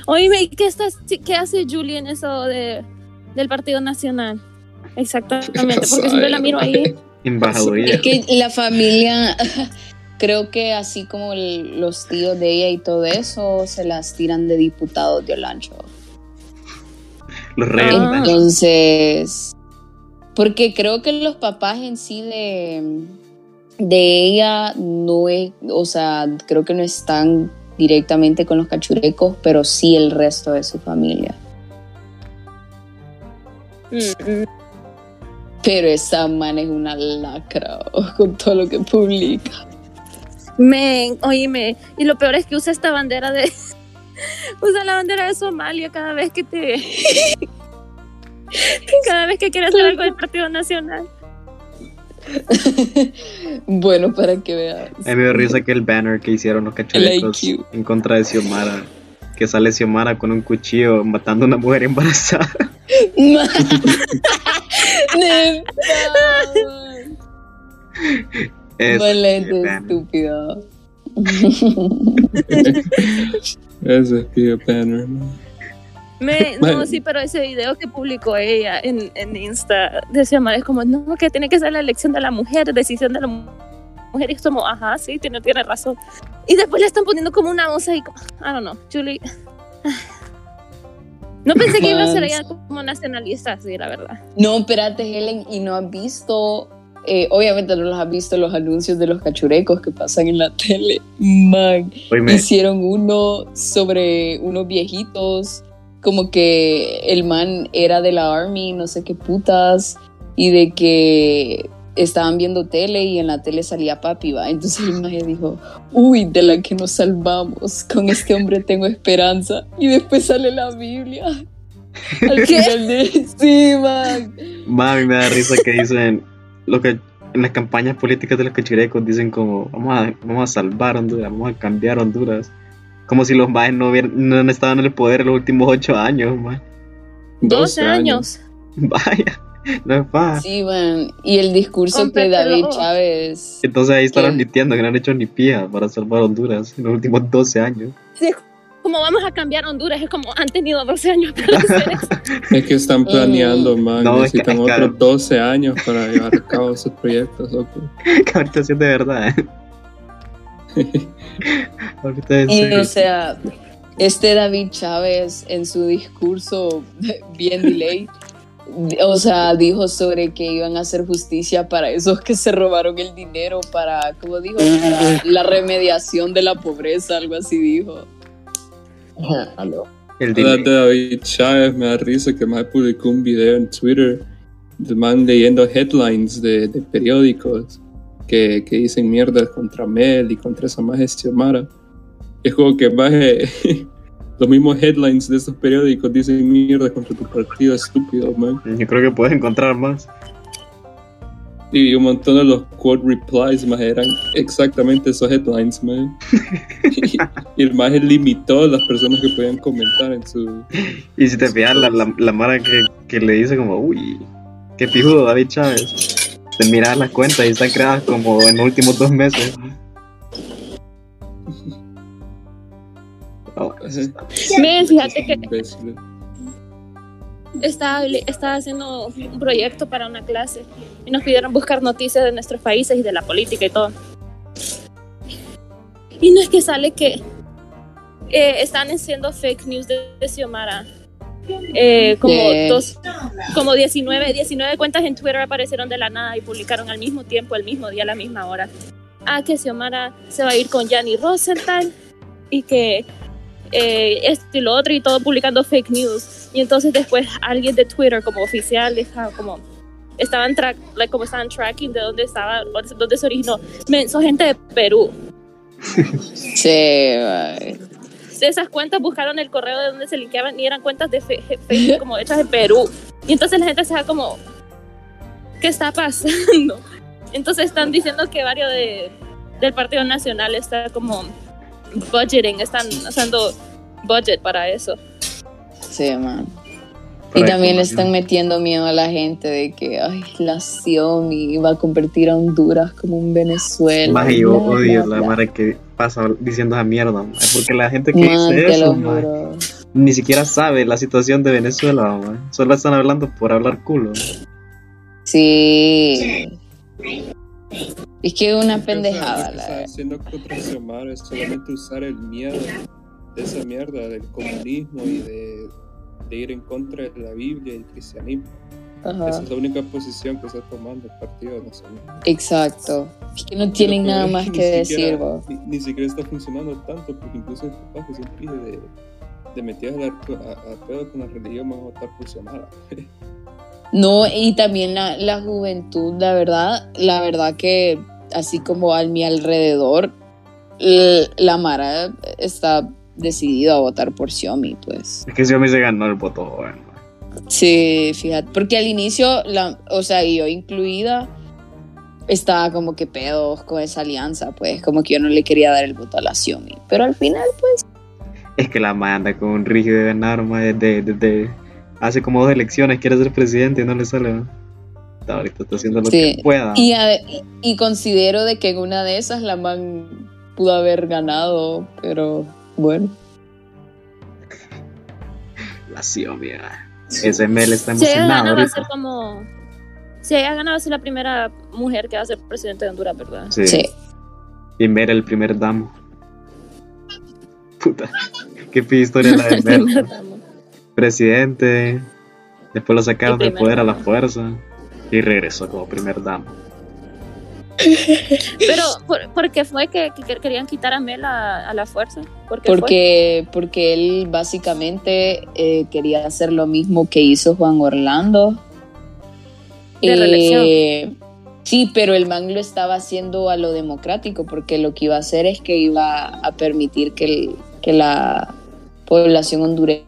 C: Oíme, ¿qué, estás, ¿qué hace Julie en eso de, del Partido Nacional? Exactamente, porque siempre la miro ahí.
B: Embajaduría.
A: Es que la familia, creo que así como el- los tíos de ella y todo eso, se las tiran de diputados de Olancho.
B: Los reyes.
C: Ah.
B: man.
A: Entonces, porque creo que los papás en sí de, de ella no es, o sea, creo que no están directamente con los cachurecos, pero sí el resto de su familia.
C: Mm, mm.
A: Pero esa man es una lacra oh, con todo lo que publica.
C: Men, oíme, y lo peor es que usa esta bandera de. Usa la bandera de Somalia cada vez que te. Cada vez que quieres hacer algo del Partido Nacional.
A: Bueno, para que veas.
B: A mí me dio risa que el banner que hicieron los cachurecos
A: IQ.
B: en contra de Xiomara, que sale Xiomara con un cuchillo matando a una mujer embarazada.
A: Neta, man.
B: Es-
A: Valente
B: vean,
A: estúpido.
D: Ese es Pia Banner. man.
C: Me-
D: Bueno.
C: no, sí, pero ese video que publicó ella en, en Insta decía Mara, es como, no, que tiene que ser la elección de la mujer, decisión de la mu- mujer. Y es como, ajá, sí, tiene, tiene razón. Y después le están poniendo como una onza y, como, I don't know, Julie. No pensé que iba a ser ella como nacionalista, sí, la verdad.
A: No, espérate, Helen, y no has visto, eh, obviamente no los has visto los anuncios de los cachurecos que pasan en la tele. Man,
B: Oíme,
A: hicieron uno sobre unos viejitos, como que el man era de la army, no sé qué putas, y de que estaban viendo tele y en la tele salía papi, va. Entonces el maje dijo, uy, de la que nos salvamos, con este hombre tengo esperanza. Y después sale la Biblia. Al final de... Sí, man.
B: Mami, me da risa que dicen lo que en las campañas políticas de los cachirecos dicen como vamos a, vamos a salvar Honduras, vamos a cambiar Honduras. Como si los maes no, hubieran, no han estado en el poder los últimos ocho años, ma.
C: 12 años.
B: Vaya, no es fácil.
A: Sí, man. Y el discurso que
C: Cómpratelo.
A: David Chávez...
B: Entonces ahí están
A: ¿Qué?
B: admitiendo que no han hecho ni pija para salvar Honduras en los últimos 12 años.
C: Como vamos a cambiar Honduras, es como han tenido 12 años para hacer esto.
D: Es que están planeando, man.
B: Mm. No, es que-
D: Necesitan
B: es que-
D: otros 12 años para llevar a cabo sus proyectos. ok.
B: Que ahorita sí es de verdad, ¿eh? Ahorita es
A: Y Eh, o
B: serio.
A: sea, este David Chávez en su discurso bien delay, o sea, dijo sobre que iban a hacer justicia para esos que se robaron el dinero para, como dijo, Para la remediación de la pobreza, algo así dijo.
E: Aló.
B: el
D: Hablas de
B: dinero.
D: David Chávez, me da risa que más publicó un video en Twitter del man leyendo headlines de, de periódicos que, que dicen mierdas contra Mel y contra esa maje Xiomara. Es como que más los mismos headlines de esos periódicos dicen mierdas contra tu partido estúpido, man.
B: Yo creo que puedes encontrar más.
D: Y un montón de los quote replies más eran exactamente esos headlines, man. y el más limitó las personas que podían comentar en su,
B: Y si te fijas, la, la, la mara que, que le dice como, uy, qué pijudo David Chávez. Te miras las cuentas y están creadas como en los últimos dos meses. Ah, bueno, eso está.
C: Me, fíjate que
D: imbéciles.
C: estaba, le- estaba haciendo un proyecto para una clase y nos pidieron buscar noticias de nuestros países y de la política y todo. Y no es que sale que eh, están haciendo fake news de, de Xiomara. Eh, como,
A: Yeah.
C: dos, como 19, 19 cuentas en Twitter aparecieron de la nada y publicaron al mismo tiempo, el mismo día, a la misma hora. Ah, que Xiomara se va a ir con Gianni Rosenthal y que eh, esto y lo otro y todo publicando fake news. Y entonces después alguien de Twitter como oficial estaba como estaban tra- like, como estaban tracking de dónde estaba dónde se originó. Men, son gente de Perú.
A: Sí, man.
C: De esas cuentas buscaron el correo de donde se linkeaban y eran cuentas de fe- fe- Facebook como hechas de Perú. Y entonces la gente se da como ¿qué está pasando? Entonces están diciendo que varios de, del Partido Nacional está como budgeting, están usando budget para eso.
A: sí, man. Y
B: Para
A: también le
B: información.
A: están metiendo miedo a la gente de que, ay, la Xiaomi va a convertir a Honduras como un Venezuela.
B: Más yo
A: bla, bla,
B: odio
A: bla.
B: la mara que pasa diciendo esa mierda, ma, porque la gente que
A: Man,
B: dice
A: te
B: eso
A: lo
B: ma,
A: juro.
B: ni siquiera sabe la situación de Venezuela, ma. solo están hablando por hablar culo.
A: Sí. Es que es una
D: Lo que
A: pendejada, la
D: está- Lo que
A: verdad.
D: está haciendo contra Xiomara es solamente usar el miedo de esa mierda del comunismo y de, de ir en contra de la Biblia y el cristianismo. Esa
A: Ajá.
D: es la única posición que está tomando el Partido Nacional.
A: Exacto. Es que no tienen
D: Pero
A: nada
D: ni
A: más que decir,
D: siquiera-
A: bo.
D: Ni, ni siquiera está funcionando tanto, porque incluso el papá que siempre pide de, de metidas al arco- a, a pedo con la religión, van a votar por Xiomara.
A: No, y también la, la juventud, la verdad, la verdad que así como a mi alrededor, l- la Mara está decidida a votar por Xiaomi, pues.
B: Es que si me se ganó el voto joven. ma.
A: Sí, fíjate, porque al inicio, la, o sea, y yo incluida, estaba como que pedos con esa alianza, pues, como que yo no le quería dar el voto a la Xiaomi. Pero al final,
B: Es que la manda con un rígido de ganar, ma, desde, desde hace como dos elecciones quiere ser presidente y no le sale. ma. ahorita, ahorita está haciendo lo sí. que pueda.
A: Y, a, y considero de que en una de esas la man pudo haber ganado, pero bueno.
B: La mira. Ese Mel está emocionado.
C: Si ella ganaba, va a
B: ahorita.
C: ser como. Si ella ganaba, va a ser la primera mujer que va a ser presidente de Honduras, ¿verdad?
B: Sí.
A: Sí.
B: Y Mel el primer damo. Puta. Qué pide historia la de
C: El
B: Mel.
C: primer damo.
B: presidente. Después lo sacaron
C: El
B: del
C: primer
B: poder a la
C: dama.
B: fuerza. Y regresó como primer dama.
C: Pero, ¿por, por qué fue que, que querían quitar a Mel a, a la fuerza? ¿Por qué fue?
A: Porque, porque él básicamente eh, quería hacer lo mismo que hizo Juan Orlando. Eh,
C: De
A: sí, pero el man lo estaba haciendo a lo democrático, porque lo que iba a hacer es que iba a permitir que, el- que la población hondureña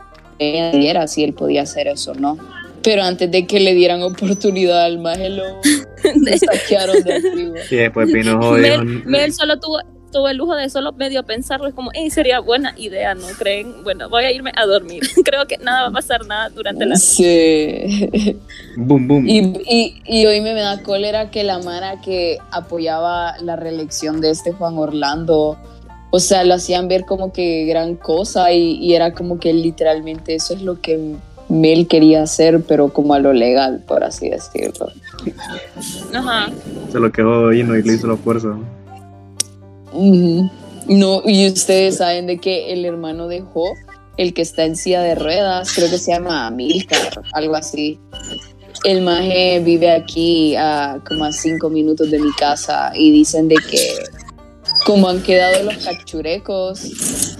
A: diera si él podía hacer eso o no. Pero antes de que le dieran oportunidad al maje, lo, lo saquearon de activo.
B: Y después Pinojo dijo.
C: Mel, Mel solo tuvo, tuvo el lujo de solo medio pensarlo. Es como, "Ey, sería buena idea, ¿no creen? Bueno, voy a irme a dormir. Creo que nada va a pasar nada durante la
A: Sí.
B: Boom, boom.
A: Y, y, y hoy me da cólera que la Mara que apoyaba la reelección de este Juan Orlando, o sea, lo hacían ver como que gran cosa y, y era como que literalmente eso es lo que Mel quería hacer, pero como a lo legal, por así decirlo.
C: Ajá.
B: Se lo quedó Hino y le hizo la fuerza.
A: Ujú. No, y ustedes saben de que el hermano de Jo, el que está en silla de ruedas, creo que se llama Amilcar, algo así. El maje vive aquí a como a cinco minutos de mi casa y dicen de que como han quedado los cachurecos,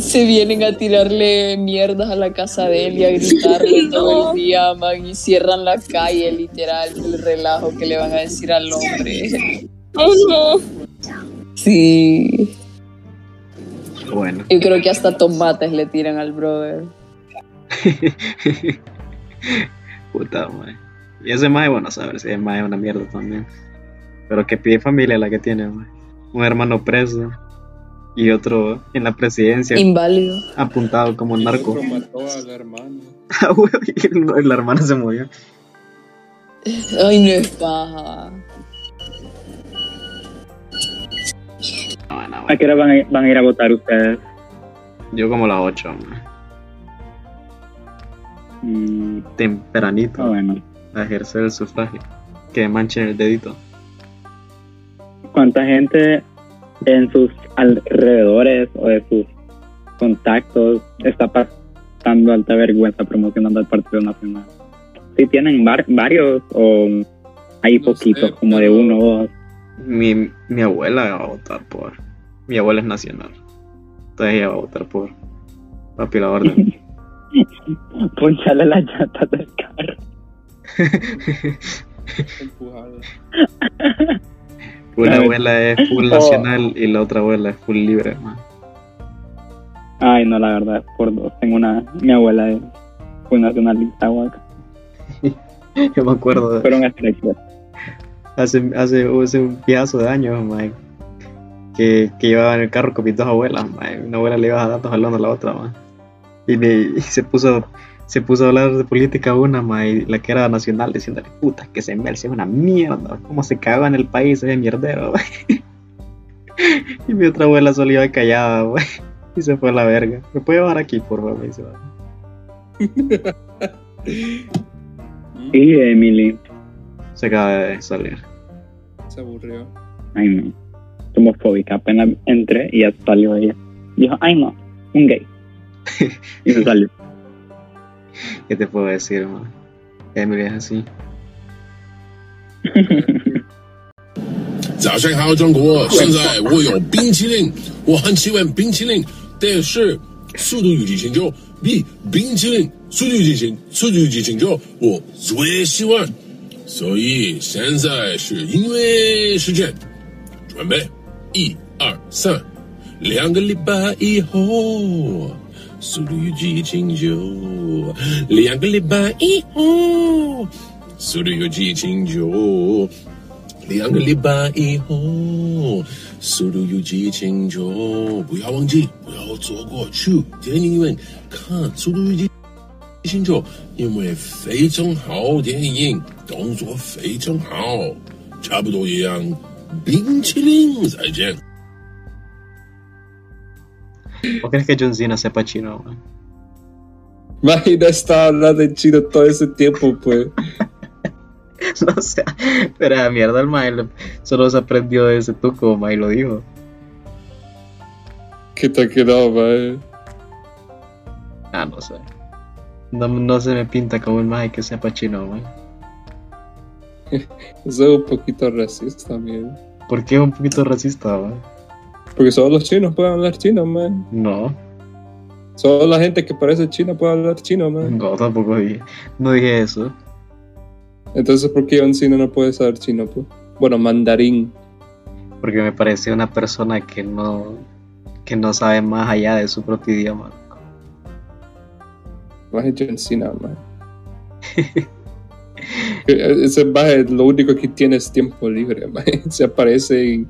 A: se vienen a tirarle mierdas a la casa de él y a gritarle
C: No.
A: todo el día, man, y cierran la calle, literal, el relajo que le van a decir al hombre.
C: Oh, no.
A: Sí.
B: Bueno.
A: Yo creo que hasta tomates le tiran al brother.
B: Puta, madre. Y ese mae, bueno, sabes, ese mae es una mierda también. Pero que pide familia la que tiene, mae. Un hermano preso y otro en la presidencia
A: Inválido.
B: apuntado como narco.
D: Otro mató a la hermana.
B: Ah, huevo, y el- la hermana se murió.
A: Ay, no es paja.
B: No, no,
F: ¿A
B: mae.
F: qué hora van a, van a ir a votar ustedes?
B: Yo como las 8, mae.
F: Mm,
B: Tempranito,
F: ah, bueno.
B: a ejercer el sufragio. Que manchen el dedito.
F: ¿Cuánta gente en sus alrededores o de sus contactos está pasando alta vergüenza promocionando al Partido Nacional? Si tienen var- varios o hay
D: No
F: poquitos,
D: sé,
F: como de
D: pero-
F: uno o dos.
B: Mi, mi abuela va a votar por. Mi abuela es nacional. Entonces ella va a votar por. Papi la orden.
F: Ponchale las llantas del carro.
D: Empujada.
B: Una
F: A ver.
B: abuela es full nacional y la otra abuela es full libre, man.
F: Ay, no, la verdad, por dos. Tengo una, mi abuela es- fue nacionalista, guaca.
B: Yo me acuerdo de-
F: Fueron estrechos.
B: hace, hace, hace un pedazo de años, man, que, que llevaba en el carro con mis dos abuelas, man. Una abuela le iba a dar dos hablando a la otra, man. Y, le- y se puso se puso a hablar de política una, man, y la que era nacional, diciéndole, puta, que se merce es una mierda, cómo se cagaba en el país ese mierdero, man". Y mi otra abuela solo iba callada, man, y se fue a la verga. ¿Me puede llevar aquí, por favor? Me dice, "Va".
D: Mm,
F: Sí, Emily.
B: se acaba de salir.
D: Se aburrió.
F: Ay, no. Homofóbica. Apenas entré y ya salió ella. Dijo, ay, no, un gay. y se salió.
B: ¿Qué te puedo decir, man? Emily es así.
E: 早上好，中国！现在我有冰淇淋，我很喜欢冰淇淋，但是《速度与激情》就比冰淇淋《速度与激情》《速度与激情》就我最喜欢，所以现在是因为时间，准备一二三，两个礼拜以后，《速度与激情》就两个礼拜以后，《速度与激情》就。两个礼拜以后，速度与激情就不要忘记，不要错过去电影院看《速度与激情》就，因为非常好电影，动作非常好，差不多一样。冰淇淋，再见。
B: ¿O crees que John Cena sepa chino? man?
D: Imagina estar hablando en chino todo ese tiempo, pues.
B: No sé, pero esa mierda el maestro solo se aprendió de ese tuco, ma, y lo dijo.
D: ¿Qué tal que no, mae?
B: Ah, no sé. No, no se me pinta como el mae que sepa chino, man.
D: Eso es un poquito racista también.
B: ¿Por qué un poquito racista, man?
D: Porque solo los chinos pueden hablar chino, man.
B: No,
D: Solo la gente que parece china puede hablar chino, man.
B: no, tampoco dije, no dije eso.
D: Entonces, ¿por qué un chino no puede saber chino, pues? Bueno, mandarín.
B: Porque me parecía una persona que no, que no sabe más allá de su propio idioma.
D: Baje John Cena, man. E- Eh, Ese baje lo único que tiene es tiempo libre, man. Se aparece en.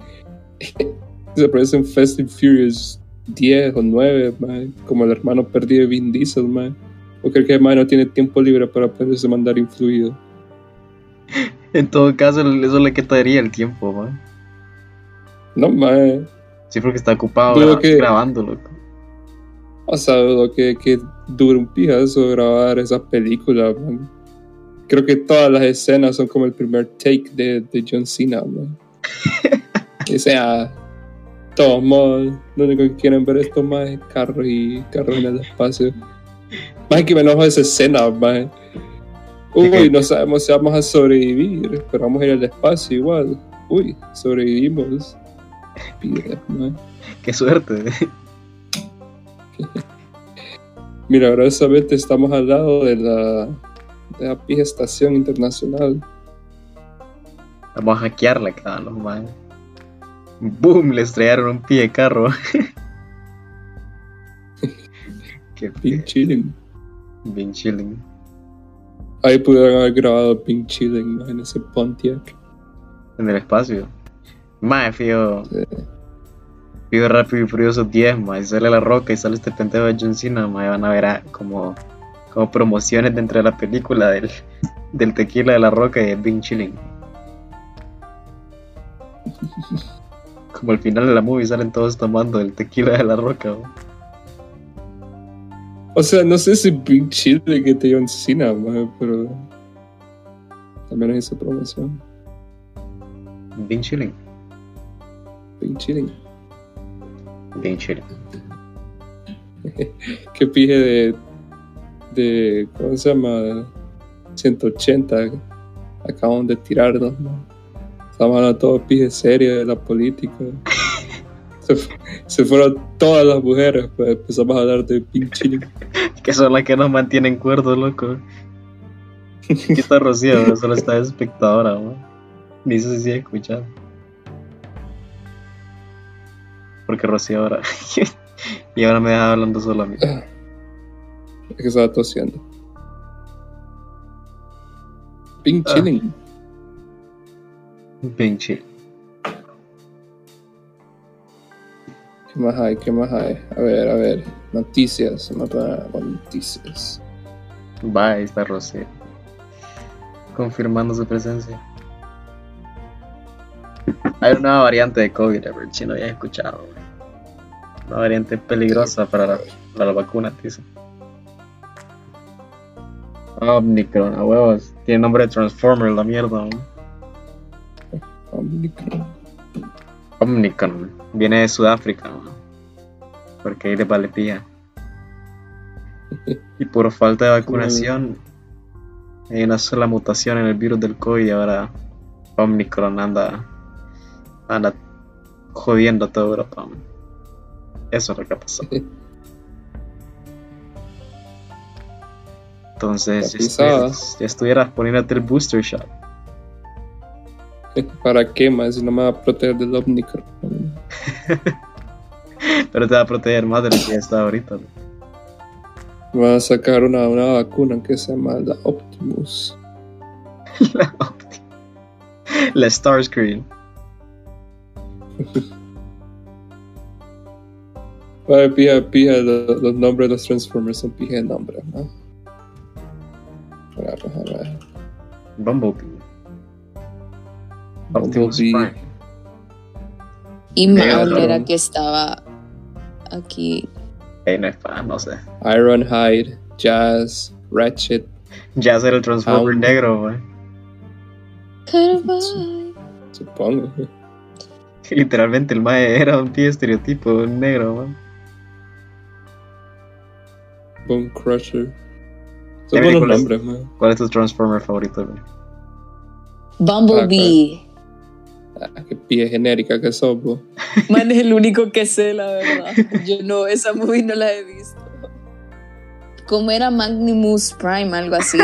D: se aparece en Fast and Furious 10 o 9, man. Como el hermano perdido de Vin Diesel, man. ¿O creo que el man no tiene tiempo libre para poderse mandar influido?
B: En todo caso, eso le quitaría el tiempo, man.
D: No, man.
B: Sí, porque está ocupado
D: Creo
B: gra-
D: que-
B: grabando, loco.
D: O sea, lo que, que dura un pijazo grabar esas películas, man. Creo que todas las escenas son como el primer take de, de John Cena, man. o sea, todos modos, lo único que quieren ver estos más es carros y carros en el espacio. Más que me enojo esa escena, man. Uy, no sabemos si vamos a sobrevivir, pero vamos a ir al espacio igual. Uy, sobrevivimos. Pide, man.
B: Qué suerte.
D: Mira, curiosamente estamos al lado de la, de la pija estación internacional.
B: Vamos a hackearla, cabrón, los man. Boom, le estrellaron un pie de carro. Qué
D: Pink
B: pie.
D: Chilling.
B: Bien chilling.
D: Ahí pudieron haber grabado Pink Chilling ¿no? en ese Pontiac.
B: En el espacio. Mae, fío.
D: Sí.
B: Fío rápido y furioso 10, mae. Sale la roca y sale este pendejo de John Cena, mae. Van a ver ah, como, como promociones dentro de la película del, del tequila de la roca y de Bing Chilling. Como al final de la movie salen todos tomando el tequila de la roca, mae.
D: O sea, no sé si Pink Chilling que te dio en Cena, man, pero. También es esa promoción.
B: Bing Chilling.
D: Pink Chilling.
B: Bing Chilling.
D: Que pije de. de. ¿Cómo se llama? 180. Acaban de tirarnos, ¿no? Estamos hablando todos pije serios de la política. Se, fu- se fueron todas las mujeres, pues empezamos a hablar de pinche.
B: Que son las que nos mantienen cuerdos, loco. Aquí está Rocío, pero solo está de espectadora, weón. Ni sé si sigue escuchando. Porque Rocío ahora. y ahora me deja hablando solo a mí.
D: Es que estaba tosiendo. Pink
B: Ah.
D: chilling.
B: Bien chill.
D: ¿Qué más hay? ¿Qué más hay? A ver, a ver. Noticias. Mata noticias.
B: Va, ahí está Rocío. Confirmando su presencia. Hay una nueva variante de COVID, el chino ya he escuchado. weón. Una variante peligrosa para la, para la vacuna, dice. Omnicron, a huevos. Tiene nombre de Transformer, la mierda. weón.
D: Omicron.
B: Omnicron. Viene de Sudáfrica, weón. Porque ahí le vale pilla. Y por falta de vacunación, hay una sola mutación en el virus del COVID y ahora Omnicron anda, anda jodiendo a toda Europa. weón. Eso es lo que ha pasado. Entonces, si
D: La
B: estuvieras, si estuvieras poniéndote el booster shot,
D: ¿Para qué más? Si no me va a proteger del Omicron.
B: pero te va a proteger más de lo que ya está ahorita. weón.
D: Van a sacar una, una vacuna que se llama la Optimus.
B: La Starscreen.
D: Vale, pija, pija, lo- los nombres de los Transformers son pija de nombres, ¿no? A ver, a ver.
B: Bumblebee.
D: Bumblebee.
B: Optimus Prime.
A: Y
B: Negro.
A: Maul era que estaba aquí.
B: Eh, no es fan, no sé.
D: Ironhide, Jazz, Ratchet,
B: Ya ser el Transformer
D: Ah.
B: negro, güey.
A: Carvajal.
D: supongo.
B: Literalmente el Mae era un tío estereotipo, un negro, güey.
D: Bone Crusher.
B: ¿Qué
D: Son buenos
B: películas?
D: nombres, man.
B: ¿Cuál es tu Transformer favorito, güey?
A: Bumblebee.
D: Ah, qué pie genérica que sos, vos.
A: Man es el único que sé, la verdad. Yo no, esa movie no la he visto. Como era Magnimus Prime, algo así.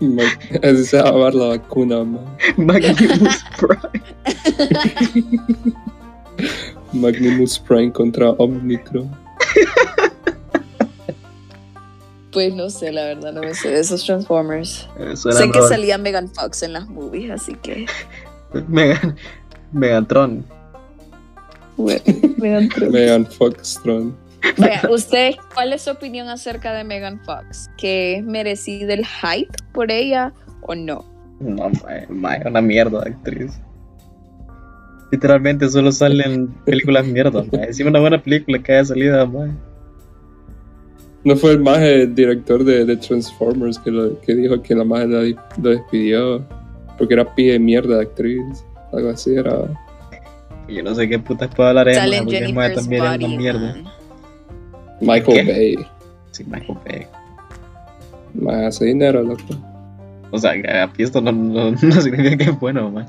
D: Man, Así se va a lavar la vacuna, man.
B: Magnus Prime.
D: Magnimus Prime contra Omnicron.
A: Pues no sé, la verdad, no me sé de esos Transformers.
B: Eh, Suena
A: sé que
B: mejor.
A: salía Megan Fox en las movies, así que.
B: Mega- Megatron.
A: bueno, Megan Fox.
D: Megan Foxtron.
A: Vea, ¿usted cuál es su opinión acerca de Megan Fox? ¿Que es merecida el hype por ella o no?
B: No, mae, mae, una mierda de actriz. Literalmente solo salen películas mierdas, mae. Encima una buena película que haya salido, mae.
D: No fue el maje el director de, de Transformers que, lo- que dijo que la maje la di- lo despidió porque era pie de mierda de actriz. Algo así era.
B: Yo no sé qué putas puedo hablar de
A: Sale
B: mae,
A: en
B: porque el mae
A: Jennifer's
B: también es
A: Body.
B: una mierda.
A: man.
D: Michael
B: ¿Qué?
D: Bay.
B: Sí, Michael Bay.
D: Maje hace dinero, loco.
B: O sea, que haya visto no, no, no significa que es bueno, mae.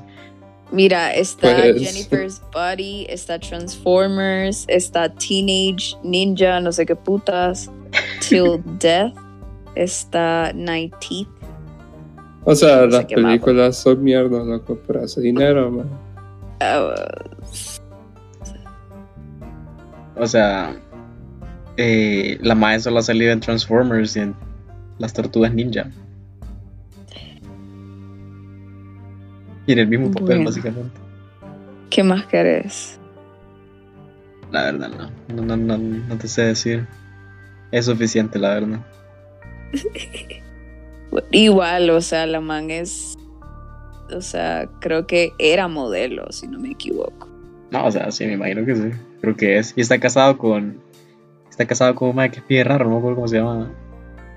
A: Mira, está
D: Pues-
A: Jennifer's Body, está Transformers, está Teenage Ninja, no sé qué putas, Till Death, está Night Teeth.
D: O sea,
A: No sé
D: las
A: qué más,
D: películas son mierdas, loco, pero hace dinero, man.
A: ah,
B: O sea, eh, la mae solo ha salido en Transformers y en Las Tortugas Ninja. Y en el mismo papel,
A: Bueno.
B: básicamente.
A: ¿Qué más querés?
B: La verdad, no. No, no, no, no te sé decir. Es suficiente, la verdad.
A: Igual, o sea, la man es. O sea, creo que era modelo, si no me equivoco.
B: No, o sea, sí, me imagino que sí. Creo que es. Y está casado con. Está casado con un mae que es pie raro, no me acuerdo cómo se llama.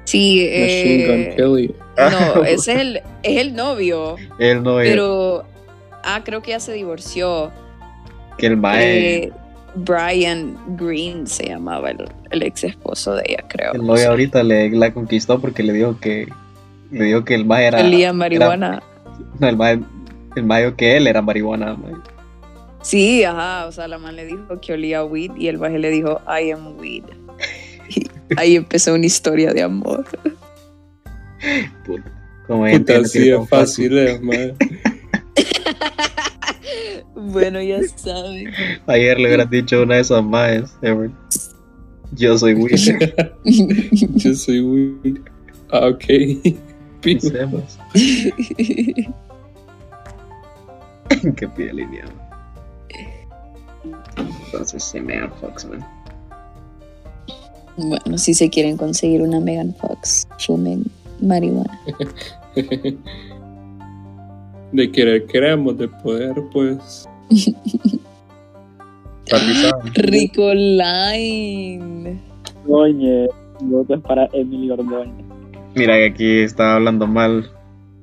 A: Sí,
D: Machine
A: eh,
D: Gun Kelly.
B: Ah.
A: No, ese es el, es el novio,
B: Él no es.
A: pero... Ah, creo que ya se divorció.
B: Que el mae.
A: Eh, Brian Green se llamaba el, el ex esposo de ella, creo.
D: Pues,
B: el novio ahorita le, la conquistó porque le dijo que. Le dijo que el mae era.
A: Olía a marihuana.
B: No, el mae. El mae dijo que él era marihuana. mae.
A: Sí, ajá, o sea, la man le dijo que olía a weed y el baje le dijo, I am weed. Y ahí empezó una historia de amor.
B: Puta. Como gente que
D: Puta,
B: no
D: sí,
B: tiene
D: es
B: tan fácil.
D: fácil, eh, man.
A: Bueno, ya saben.
B: Ayer le hubieras dicho a una de esas maes, Ever. Yo soy Will.
D: Yo soy weird. Ah, ok.
B: Pensemos. Qué pide línea. Entonces sí, Megan Fox, man.
A: bueno, si se quieren conseguir una Megan Fox, fumen marihuana.
D: De querer queremos, de poder, pues.
A: Rico Line.
F: Oye, voto es para Emily Ordóñez.
B: Mira que aquí estaba hablando mal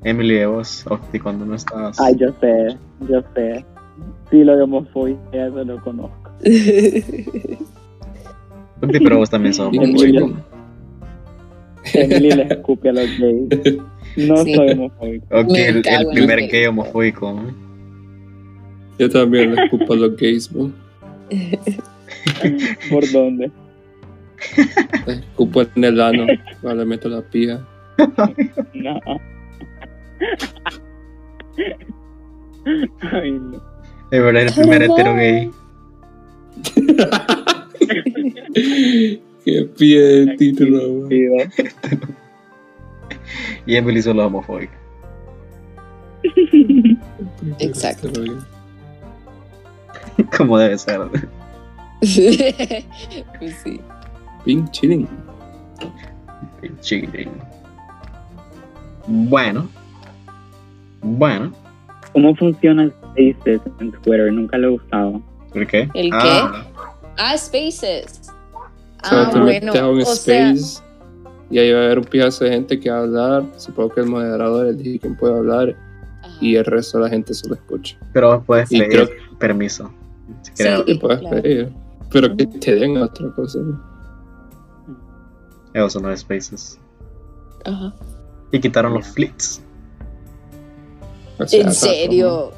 B: Emily de vos, Octi, cuando no estabas.
F: Ay, yo sé, yo sé. Sí, lo de homofobia, eso lo conozco.
A: Pues
B: Octi, pero vos también sos
D: Bien,
B: homofóbico.
D: chico.
F: Emily le escupe a los gays. No
A: Sí.
F: soy homofóbico.
B: Octi,
A: Me
B: el,
A: cago
B: el
A: en
B: primer
A: Octi.
B: gay homofóbico. man.
D: Yo también le ocupo a los gays, man.
F: ¿Por dónde?
D: Les escupo Eh, en el ano. cuando Le meto la pija.
F: No. Ay, no.
B: Ever era el primer hetero gay.
D: Qué pie de título, man.
F: Pido.
B: Y Emily solo es homofóbica.
D: Este
A: Exacto.
B: Como debe ser.
A: pues sí.
D: Pink chilling.
B: Chilling. Bueno. Bueno.
F: ¿Cómo funciona Spaces en Twitter? Nunca lo he usado.
B: ¿El qué?
A: ¿El
B: Ah,
A: Ah, Spaces.
D: Solo
A: Ah,
D: te
A: bueno.
D: metes a un
A: O sea,
D: space y ahí va a haber un pedazo de gente que va a hablar. Supongo que el moderador elige quién puede hablar
A: ajá.
D: y el resto de la gente solo escucha.
B: Pero vos puedes
D: Y
B: pedir
D: creo-
B: permiso. Si
A: Sí.
B: creo.
D: Te puedes
A: claro.
D: pedir, pero que te den otra cosa.
B: Esos son los spaces.
A: Ajá.
B: Y quitaron los flits.
D: O sea,
A: En
D: rato,
A: serio.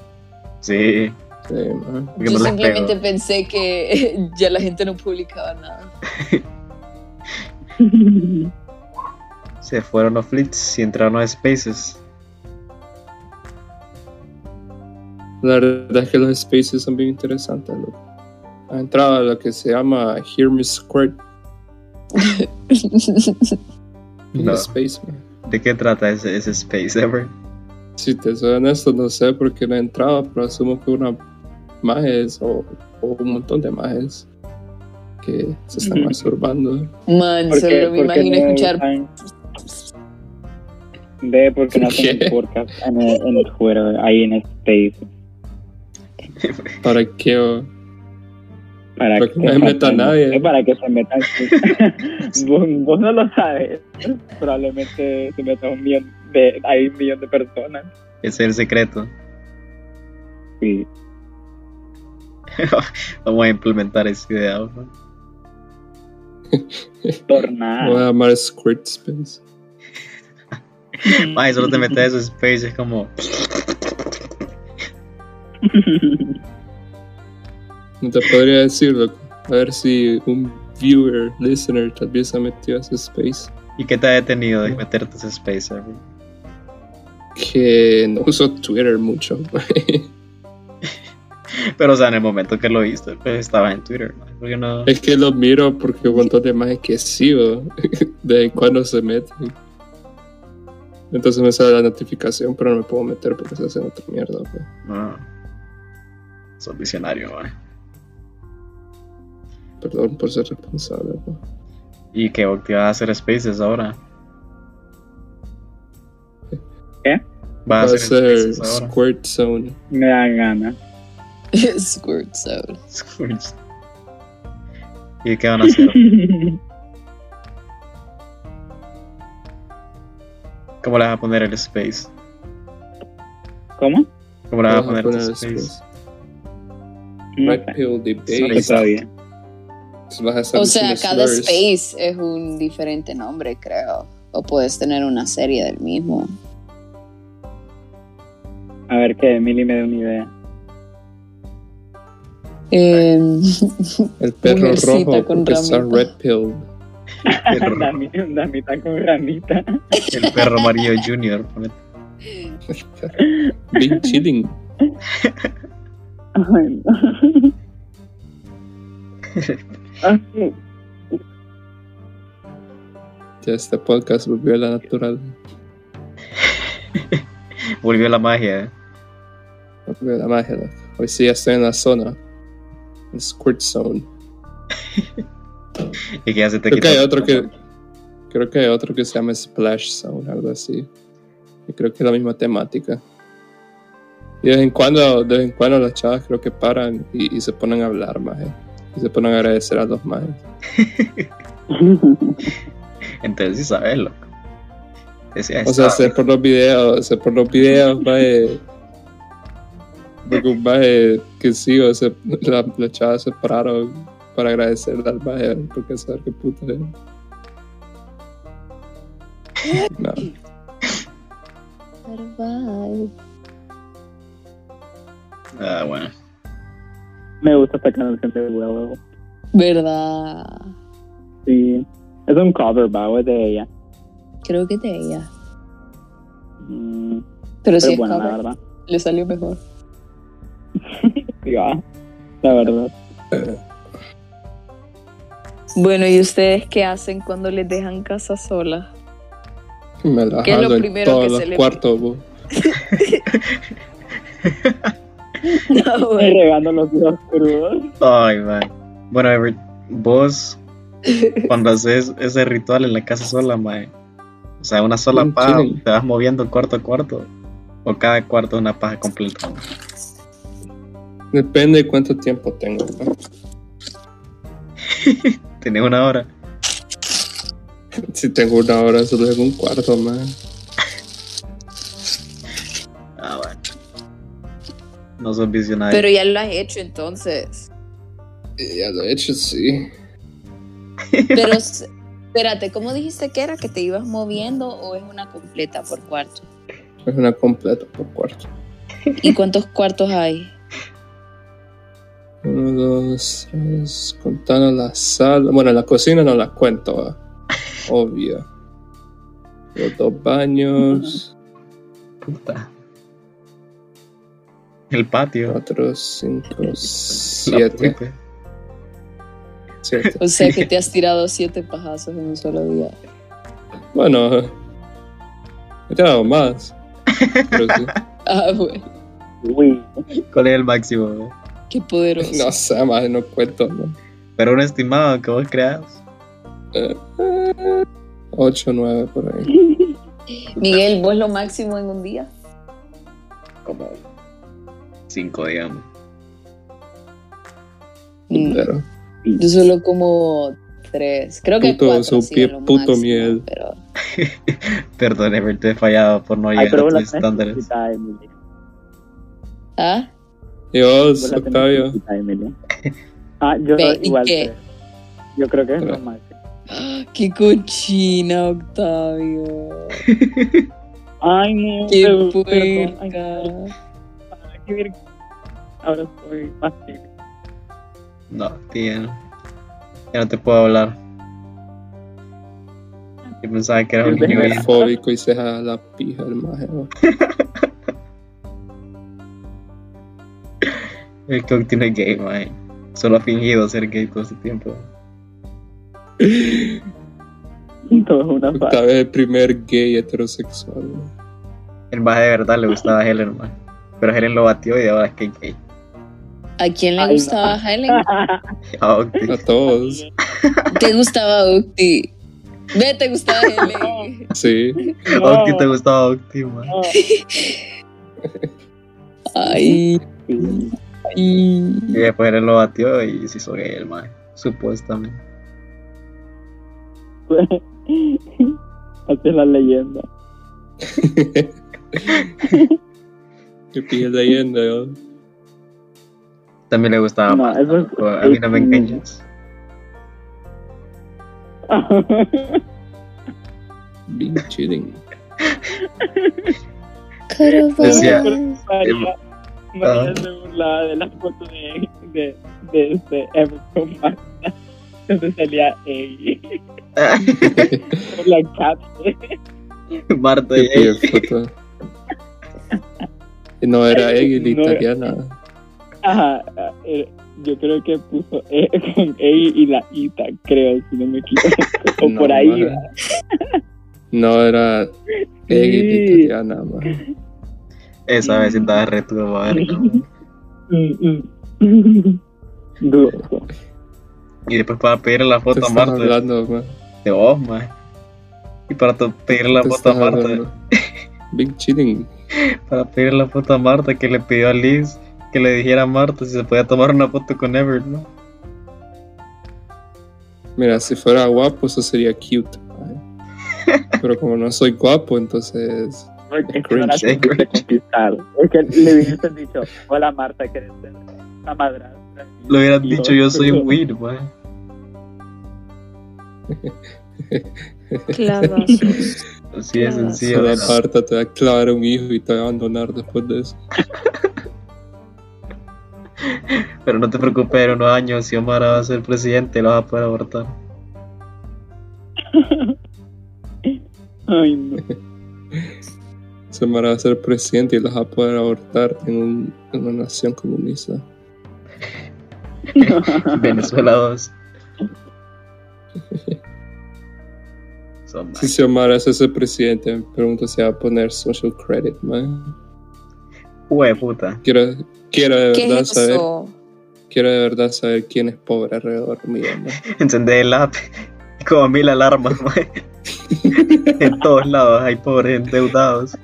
B: Sí.
D: ¿no? Sí, ¿no?
B: porque
A: Yo
B: no les
A: simplemente
B: pego.
A: pensé que ya la gente no publicaba nada.
B: Se fueron los flits y entraron los spaces.
D: La verdad es que los spaces son bien interesantes. loco. Ha entrado lo que se llama Hear Me Squirt en
B: No.
D: el space. man.
B: ¿De qué trata ese, ese space ever?
D: Si te soy honesto, no sé por qué no he entrado, pero asumo que una majes o, o un montón de majes que se están
F: Ujú.
D: masturbando.
A: Man,
F: ¿Por qué-
A: solo me
F: por qué
A: imagino
F: no
A: escuchar.
F: usan- Ve porque no hacen
D: ¿Qué?
F: el podcast en el, en el Twitter, ahí en Space.
D: ¿Para qué? o?
F: Para
D: Para que no se meta nadie.
F: Es para que se metan. vos, vos no lo sabes. Probablemente se meta un millón de. Hay un millón de personas.
B: Ese es el secreto.
F: Sí.
B: Vamos a implementar esa idea. ¿no?
D: Voy
F: Tornado.
D: a llamar Squirt Space.
B: Ay, solo te metes a esos spaces es como.
D: No te podría decir, loco. A ver si un viewer, listener, tal vez se ha metido a ese space.
B: ¿Y qué te ha detenido de meterte a ese space ever?
D: Que no uso Twitter mucho.
B: Pero, o sea, en el momento que lo viste, pues estaba en Twitter. ¿no? ¿Por qué no?
D: es que lo miro porque un montón de majes que sigo de vez en cuando se meten. Entonces me sale la notificación, pero no me puedo meter porque se hace otra mierda. pues.
B: No. Sos visionario, eh. man.
D: Perdón por ser responsable. pues.
B: ¿Y qué vos te vas a hacer spaces ahora?
F: ¿Qué?
D: Va
B: Vas a
D: a
B: hacer
D: ser
B: spaces ahora.
D: Squirt Zone.
F: Me da ganas.
A: Squirt Sound.
B: Squirts. ¿Y qué van a hacer? ¿Cómo le vas a poner el space?
F: ¿Cómo?
B: ¿Cómo le vas a
D: Vamos a
B: poner el
D: poner
B: space?
D: Squirt.
F: No
D: Red
F: sé.
D: Pill
F: No sé
D: Debate.
F: todavía.
D: Vas a hacer
A: O sea,
D: unos
A: cada
D: slurs.
A: space es un diferente nombre, creo. O puedes tener una serie del mismo.
F: A ver que Emily me dé una idea.
A: Eh,
D: El perro
A: Mujercita
D: rojo
A: con
D: porque está
A: ramita.
D: red pill.
B: El,
F: Dami, damita con ranita.
B: el perro amarillo junior. ponete.
D: Big chilling.
F: Ay, no. Ah, sí.
D: Ya este podcast volvió a la natural.
B: Volvió la magia. eh.
D: Volvió a la magia. loco. Hoy sí ya estoy en la zona. El squirt zone.
B: ¿eh? Y que ya se te
D: Creo que
B: quitó.
D: hay otro que. Creo que hay otro que se llama Splash Zone, algo así. Y creo que es la misma temática. Y de vez en cuando, de vez en cuando las chavas creo que paran y, y se ponen a hablar más. eh. Y se ponen a agradecer a los más. eh.
B: Entonces sí sabes, loco. Decía,
D: O
B: "Sabe".
D: sea, hacer por los videos, hacer por los videos, mae. Porque un mae que sí, o sea, la, la chava se pararon para agradecerle al mae, porque saber qué puta es. No,
B: Ah, bueno.
F: Me gusta esta canción de huevo.
A: ¿Verdad?
F: Sí. Es un cover, va, o es de ella.
A: Creo que de ella.
F: Mm,
A: Pero,
F: pero
A: sí, es
F: bueno,
A: cover.
F: la verdad.
A: le salió mejor.
F: Sí, va. La verdad.
A: Bueno, ¿y ustedes qué hacen cuando les dejan casa sola?
D: me la
A: ¿Qué es lo
D: jalo en
A: primero que
D: todos
A: se
D: los
A: le-
D: cuartos, bo.
F: Me regando los dedos crudos.
B: Ay, man. Bueno, Everett, vos, cuando haces ese ritual en la casa sola, mae, O sea, una sola
D: Un
B: paja,
D: chilling.
B: te vas moviendo cuarto a cuarto. O cada cuarto una paja completa.
D: Depende de cuánto tiempo tengo. ¿no?
B: Tenés una hora.
D: Si tengo una hora, solo tengo un cuarto más.
B: Ah, bueno. No sos visionario.
A: Pero ya lo has hecho entonces.
D: Y ya lo he hecho, sí.
A: Pero s- espérate, ¿cómo dijiste que era? ¿Que te ibas moviendo o es una completa por cuarto?
D: Es una completa por cuarto.
A: ¿Y cuántos cuartos hay?
D: Uno, dos, tres, contando la sala. Bueno, la cocina no la cuento, ¿va? obvio. Los dos baños,
B: Puta. El patio.
D: cuatro, cinco,
B: La
D: siete.
B: puta.
D: siete.
A: O sea que te has tirado siete pajazos en un solo día.
D: Bueno, he tirado más. Pero sí.
A: Ah, bueno,
F: Uy,
B: ¿Cuál es el máximo? güey?
A: qué poderoso.
D: No sé, más no cuento. ¿no?
B: Pero un estimado que vos creas.
D: Ocho, nueve por ahí.
A: Miguel, ¿vos lo máximo en un día?
B: Como cinco, digamos.
A: Mm,
D: Pero
A: Yo solo como tres. Creo que
D: Puto,
A: cuatro
D: su
A: ha sido
D: pie-
A: lo
D: puto
A: máximo,
D: Miguel.
A: Pero
B: Perdón, Ever, te he fallado por no
F: ay,
B: llegar
F: pero
B: a
F: vos la
B: tus
F: tenés
B: estándares.
F: chiquita, Emily.
A: ¿Ah?
D: Dios,
F: Vos la tenés
D: Pues, Octavio.
F: chiquita, Emily. Ah, yo
A: Ve, ¿y
F: igual.
A: qué?
F: creo. Yo creo que es
D: Pero-
F: normal.
A: ¡Qué cochina, Octavio!
F: Ay, no.
A: ¡Qué
F: pero- perdón. Ay,
A: puerca!
F: qué virgo. Ahora estoy más libre.
B: No, tío. Ya no te puedo hablar. Yo pensaba que era un niño bien.
D: Fóbico y se jala la pija el maje. ¿no?
B: El que tiene gay, mae. Solo ha fingido ser gay todo este tiempo.
F: Todo es una farsa.
D: Octavio es el primer gay heterosexual. ¿no?
B: El maje de verdad le gustaba a Helen, mae. Pero Helen lo batió y ahora es que es gay.
A: ¿A quién le
F: Ay, no.
A: gustaba Helen?
B: Ah, ok.
D: A todos.
A: ¿Te gustaba Octi? Ve, te gustaba Helen.
D: Sí.
B: Octi te gustaba Octi, mae.
F: No,
A: Ay,
F: sí.
A: y-
B: Y después Helen lo batió y se hizo gay el mae. Supuestamente.
F: Hace la leyenda.
D: Qué pija leyenda, yo.
B: También le gustaba
F: No,
B: más.
F: eso es-
B: tampoco. A mí no me
F: es-
B: engañas.
D: Bien chilling.
B: Decía- eh, ah.
F: María, María se burlaba de las fotos de, de, de este Emerson Max. Entonces salía ey,
B: Ah.
F: con la cat.
B: Marta
D: Qué
B: y
D: pija foto. Y No era Egil
F: No.
D: italiana.
F: Ajá, eh, yo creo que puso e, con ey y la ita, creo, si no me equivoco. O
D: No,
F: por ahí.
D: maje. No era Egil
F: Sí.
D: italiana, man.
B: Esa vez estaba returbada.
F: Mm, mm. Dudoso.
B: Y después para pedirle la
D: Te
B: foto a
D: estás
B: Marta.
D: hablando, man.
B: de vos, mae. Y para to- pedirle la
D: Te
B: foto a
D: estás
B: Marta,
D: hablando. Bien chilling.
B: para pedirle la foto a Marta que le pidió a Liz que le dijera a Marta si se podía tomar una foto con Everett, ¿no?
D: Mira, si fuera guapo, eso sería cute. ¿eh? Pero como no soy guapo, entonces.
F: Porque
D: Cringe,
F: ahora
B: eh,
F: te fuiste
B: cringe.
F: conquistado. Es que le hubiese dicho, hola Marta, ¿quieres ser la madrastra?
B: Le hubieran
F: Y
B: dicho yo soy un weird, mae.
C: Clavazos.
B: Así de
C: Claro.
B: sencillo.
D: Solo
B: ¿no?
D: Marta te va a clavar un hijo y te va a abandonar después de eso.
B: Pero no te preocupes, en unos años si Omar va a ser presidente lo vas a poder abortar.
F: Ay, no.
D: Se me va a ser presidente y las va a poder abortar en, un- en una nación comunista.
B: Venezuela 2. Son
D: Si
B: más.
D: Xiomara es ese presidente, me pregunto si va a poner social credit, man.
B: Hue puta.
D: Quiero, quiero de
C: ¿Qué
D: verdad
C: es
D: saber.
C: eso?
D: Quiero de verdad saber quién es pobre alrededor mío, man.
B: Encendé el app. Como mil alarmas, mae. en todos lados hay pobres endeudados.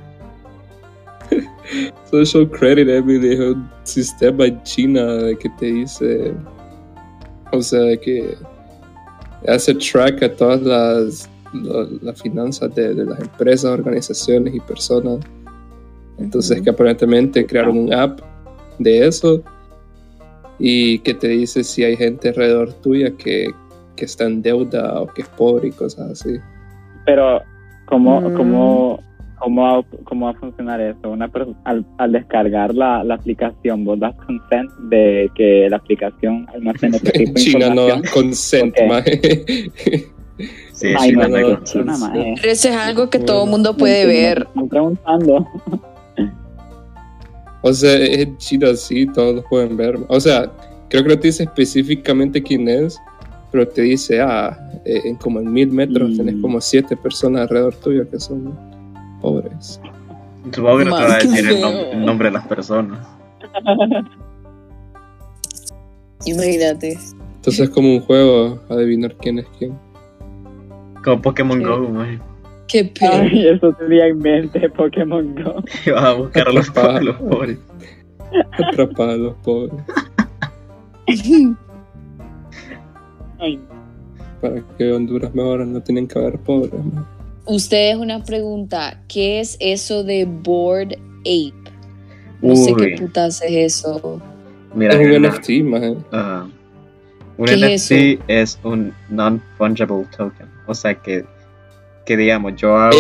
D: Social Credit Emily es un sistema en China de que te dice, o sea, de que hace track a todas las, la- las finanzas de, de las empresas, organizaciones y personas. Entonces que aparentemente crearon un app de eso y que te dice si hay gente alrededor tuya que, que está en deuda o que es pobre y cosas así.
F: Pero, ¿cómo,
A: Mm.
F: cómo, cómo, va, cómo va a funcionar eso? Una per- al, al descargar la, la aplicación, vos das consent de que la aplicación almacene ese tipo
D: En
F: de
D: China no dan
F: información.
D: consent,
F: Ok.
D: maje.
B: Sí,
F: Ay,
B: sí,
F: no, pues,
B: no hay
F: no,
B: con-
F: China, maje.
A: Pero eso es algo que todo el mundo puede
F: No,
A: ver.
F: no, no, preguntando.
D: O sea, es chido sí, todos lo pueden ver. O sea, creo que no te dice específicamente quién es, pero te dice, ah, eh, en como en mil metros
F: Mm.
D: tenés como siete personas alrededor tuyo que son pobres.
B: Supongo que no te va a
A: Más que
B: decir el,
A: feo.
B: nom- el nombre de las personas.
A: Imagínate.
D: Entonces es como un juego adivinar quién es quién.
B: Como Pokémon
A: Sí.
B: Go, man.
A: Qué pedo.
F: Ay, eso sería en mente Pokémon Go.
B: Y vas a buscar a los,
D: Papá.
B: a los pobres.
D: Atrapar a los pobres
F: Ay,
D: para que Honduras mejor no tienen que haber pobres. ¿no?
A: Ustedes una pregunta. ¿Qué es eso de Board Ape? No sé qué
B: Uy,
A: putas es eso.
B: mira,
D: Es
B: que
D: un
B: la-
D: NFT, eh. maje.
B: Ajá. Un
A: ¿Qué es
B: NFT es, un non-fungible token. O sea que, que digamos, yo hago,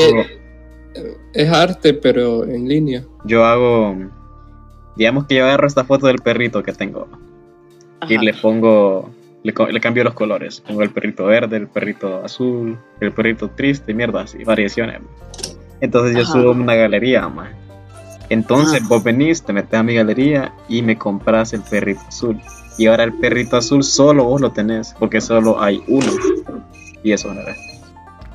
D: Es arte, pero en línea.
B: yo hago, digamos que yo agarro esta foto del perrito que tengo y
A: Ajá.
B: le pongo, le, co- le cambio los colores. Pongo el perrito verde, el perrito azul, el perrito triste, mierda, así, variaciones. Entonces yo
A: Ajá. Ah.
B: subo una galería, más. Entonces
A: Ajá.
B: vos venís, te metes a mi galería y me compras el perrito azul. Y ahora el perrito azul solo vos lo tenés, porque solo hay uno. Y eso no era.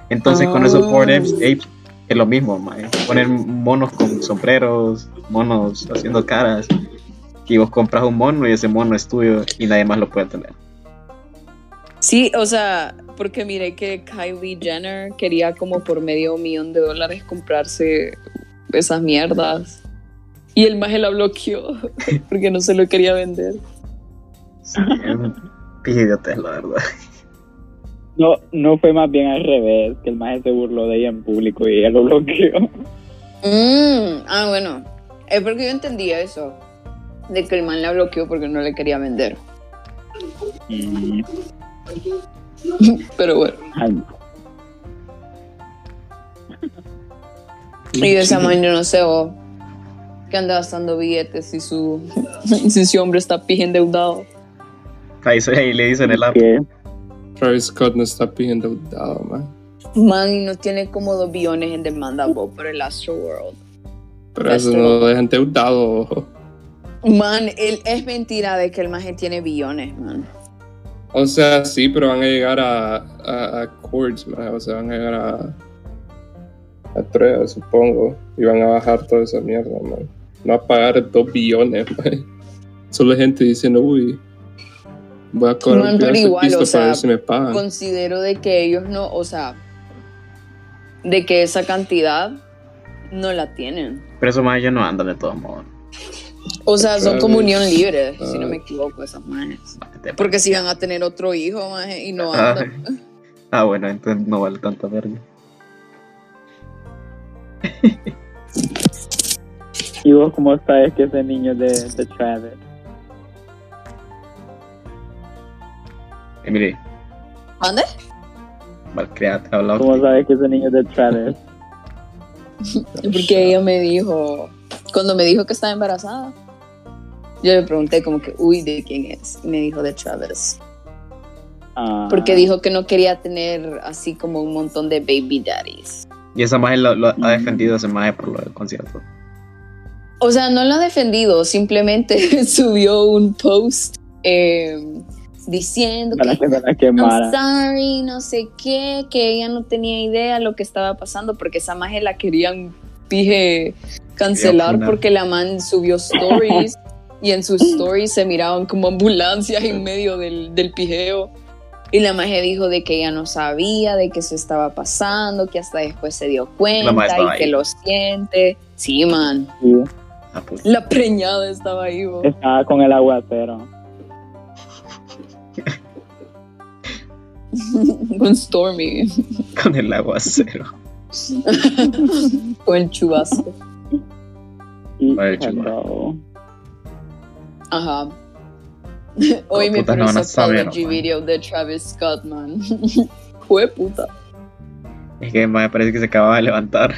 B: Entonces con esos
A: Ah.
B: board apes, apes es lo mismo, mae. Ponen monos con sombreros, monos haciendo caras. Y vos compras un mono y ese mono es tuyo y nadie más lo puede tener.
A: Sí, o sea, porque miré que Kylie Jenner quería como por medio millón de dólares comprarse esas mierdas. Y el maje la bloqueó porque no se lo quería vender.
B: Sí, es un idiotez, la verdad.
F: No, no fue más bien al revés, que el maje se burló de ella en público y ella lo bloqueó.
A: ah, bueno. Es porque yo entendía eso. De que el man la bloqueó porque no le quería vender.
F: Mm,
A: Pero bueno.
F: ay,
A: Y de esa man yo no sé, o que anda gastando billetes y su, si su hombre está pija endeudado.
B: Ahí, se- ahí le dicen el app.
F: que-
D: Travis Scott no está pidiendo dado, maje.
A: Man, y no tiene como dos billones en demanda bo, por el Astro World.
D: Pero eso no es endeudado, ojo.
A: Man, él, es mentira de que el maje tiene billones, man.
D: O sea, sí, pero van a llegar a, a, a courts, ma, o sea, van a llegar a, a pruebas, supongo, y van a bajar toda esa mierda, man. No va a pagar dos billones, man. Solo hay gente diciendo, uy, voy a cobrar
A: Man,
D: un
A: pero
D: pedazo de
A: igual,
D: pisto
A: o sea,
D: para ver si me pagan.
A: Considero de que ellos no, o sea, de que esa cantidad no la tienen.
B: Pero esos más ellos no andan de todos modos.
A: O sea, son
D: Travis,
A: como unión libre,
D: ah.
A: si no me equivoco, esas majes.
B: Vete, pa-
A: Porque si van a tener otro hijo, maje, y no
B: Ah,
A: andan.
B: ah, bueno, entonces no vale tanta verga.
F: ¿Y vos cómo sabes que ese niño es de, de Travis?
B: Emily,
A: ¿Ande?
B: malcriada, te ha hablado.
F: ¿Cómo sabes que ese niño es de Travis?
A: Porque ella me dijo, cuando me dijo que estaba embarazada, yo le pregunté como que, uy, ¿de quién es? Y me dijo de Travis.
F: Ah,
A: Porque dijo que no quería tener así como un montón de baby daddies.
B: Y esa maje lo, lo ha defendido ese maje por lo del concierto.
A: O sea, no lo ha defendido, simplemente subió un post eh, diciendo
F: Para que
A: que...
F: se la
A: I'm
F: quemara.
A: sorry, no sé qué, que ella no tenía idea lo que estaba pasando porque esa maje la querían, dije, cancelar
B: funar.
A: porque la man subió stories y en sus stories se miraban como ambulancias en medio del, del pijeo. Y la maje dijo de que ella no sabía, de que eso estaba pasando, que hasta después se dio
B: La maje
A: cuenta y
B: estaba
A: que
B: ahí.
A: lo siente. Sí, man.
F: Sí,
B: Ah, pues.
A: La preñada estaba ahí,
B: Eh.
A: bo.
F: estaba con el aguacero.
A: con Stormy,
B: Con el aguacero.
A: con el chubasco.
F: Y
B: Vaya
F: hello.
A: Ajá. Hoy me
B: putas no van
A: puso
B: a saber,
A: apology
B: man.
A: video de Travis Scott, man. Jue puta.
B: Es que me parece que se acababa de levantar.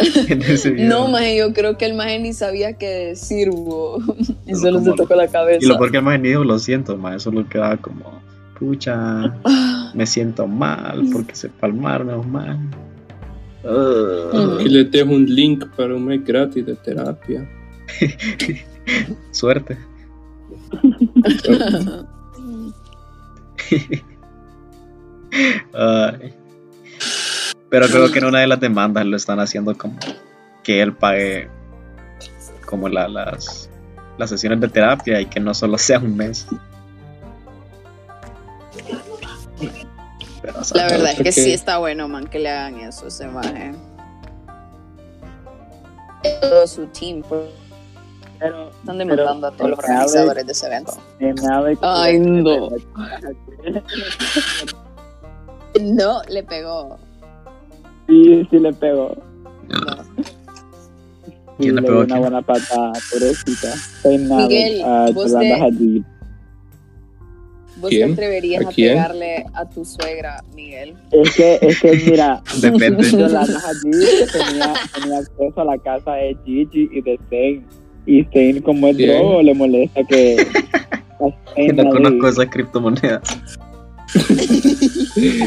B: en ese video.
A: No, maje, yo creo que el maje ni sabía qué decir, bo. Y solo
B: Solo
A: se
B: como-
A: tocó la
B: Y lo
A: cabeza.
B: porque más dijo, lo siento, ma, eso lo quedaba como, pucha,
A: Ah,
B: me siento mal porque se palmaron mal.
A: Mm.
B: Ugh.
D: Aquí les dejo un link para un mes gratis de terapia.
B: Suerte. Ay. Pero creo que en una de las demandas lo están haciendo como que él pague como la- las, las sesiones de terapia y que no solo sea un mes. Pero, o sea,
A: La verdad es que
D: Porque-
A: sí está bueno, man, que le hagan eso a ese eh. maje. Todo su team, por-
F: Pero
A: están demandando a todos los
F: Pero-
A: organizadores de ese evento.
F: de nada de-
A: Ay, no. No, le pegó.
F: Sí, sí le pegó. Sí,
B: ¿Quién le
F: le
B: pegó
F: dio
B: a
F: una
B: quién?
F: buena patada, pobrecita. Soy nada.
A: Miguel,
F: ah,
A: vos
F: Yolanda
A: te-
F: Hadid.
A: ¿Vos
D: ¿Quién?
A: te atreverías
D: ¿A
A: a,
D: quién?
A: pegarle a tu suegra, Miguel?
F: Es que, es que mira,
B: Depende.
F: Yolanda Hadid tenía, tenía acceso a la casa de Gigi y de Zayn. Y Zayn, como es
D: Bien.
F: drogo, le molesta que... a
B: Que
F: Zayn
B: no
F: la
B: conozco
F: diga.
B: esas criptomonedas.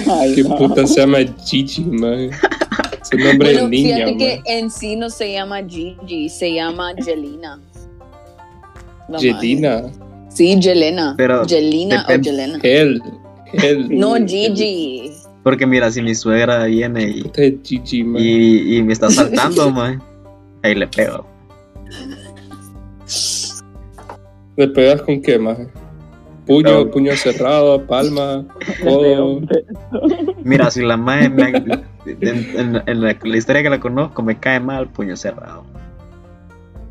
F: Ay,
D: ¿Qué
F: no.
D: puta se llama Gigi, man? Su nombre
A: Bueno,
D: es niña,
A: fíjate que
D: man.
A: en sí no se llama Gigi, se llama Jelena. La
D: Yelena.
A: madre. Sí, Jelena.
B: Pero
A: Jelena o
B: depende-
A: Jelena.
D: Él. Él.
A: No,
D: Él.
A: Gigi.
B: Porque mira, si mi suegra viene y,
D: Puta es Gigi, man.
B: y, y me está saltando, man, ahí le pego.
D: ¿Le pegas con qué, man? Puño,
B: No.
D: puño cerrado, palma, codo.
B: Mira, si la madre me- en, en- en la, la historia que la conozco me cae mal, puño cerrado.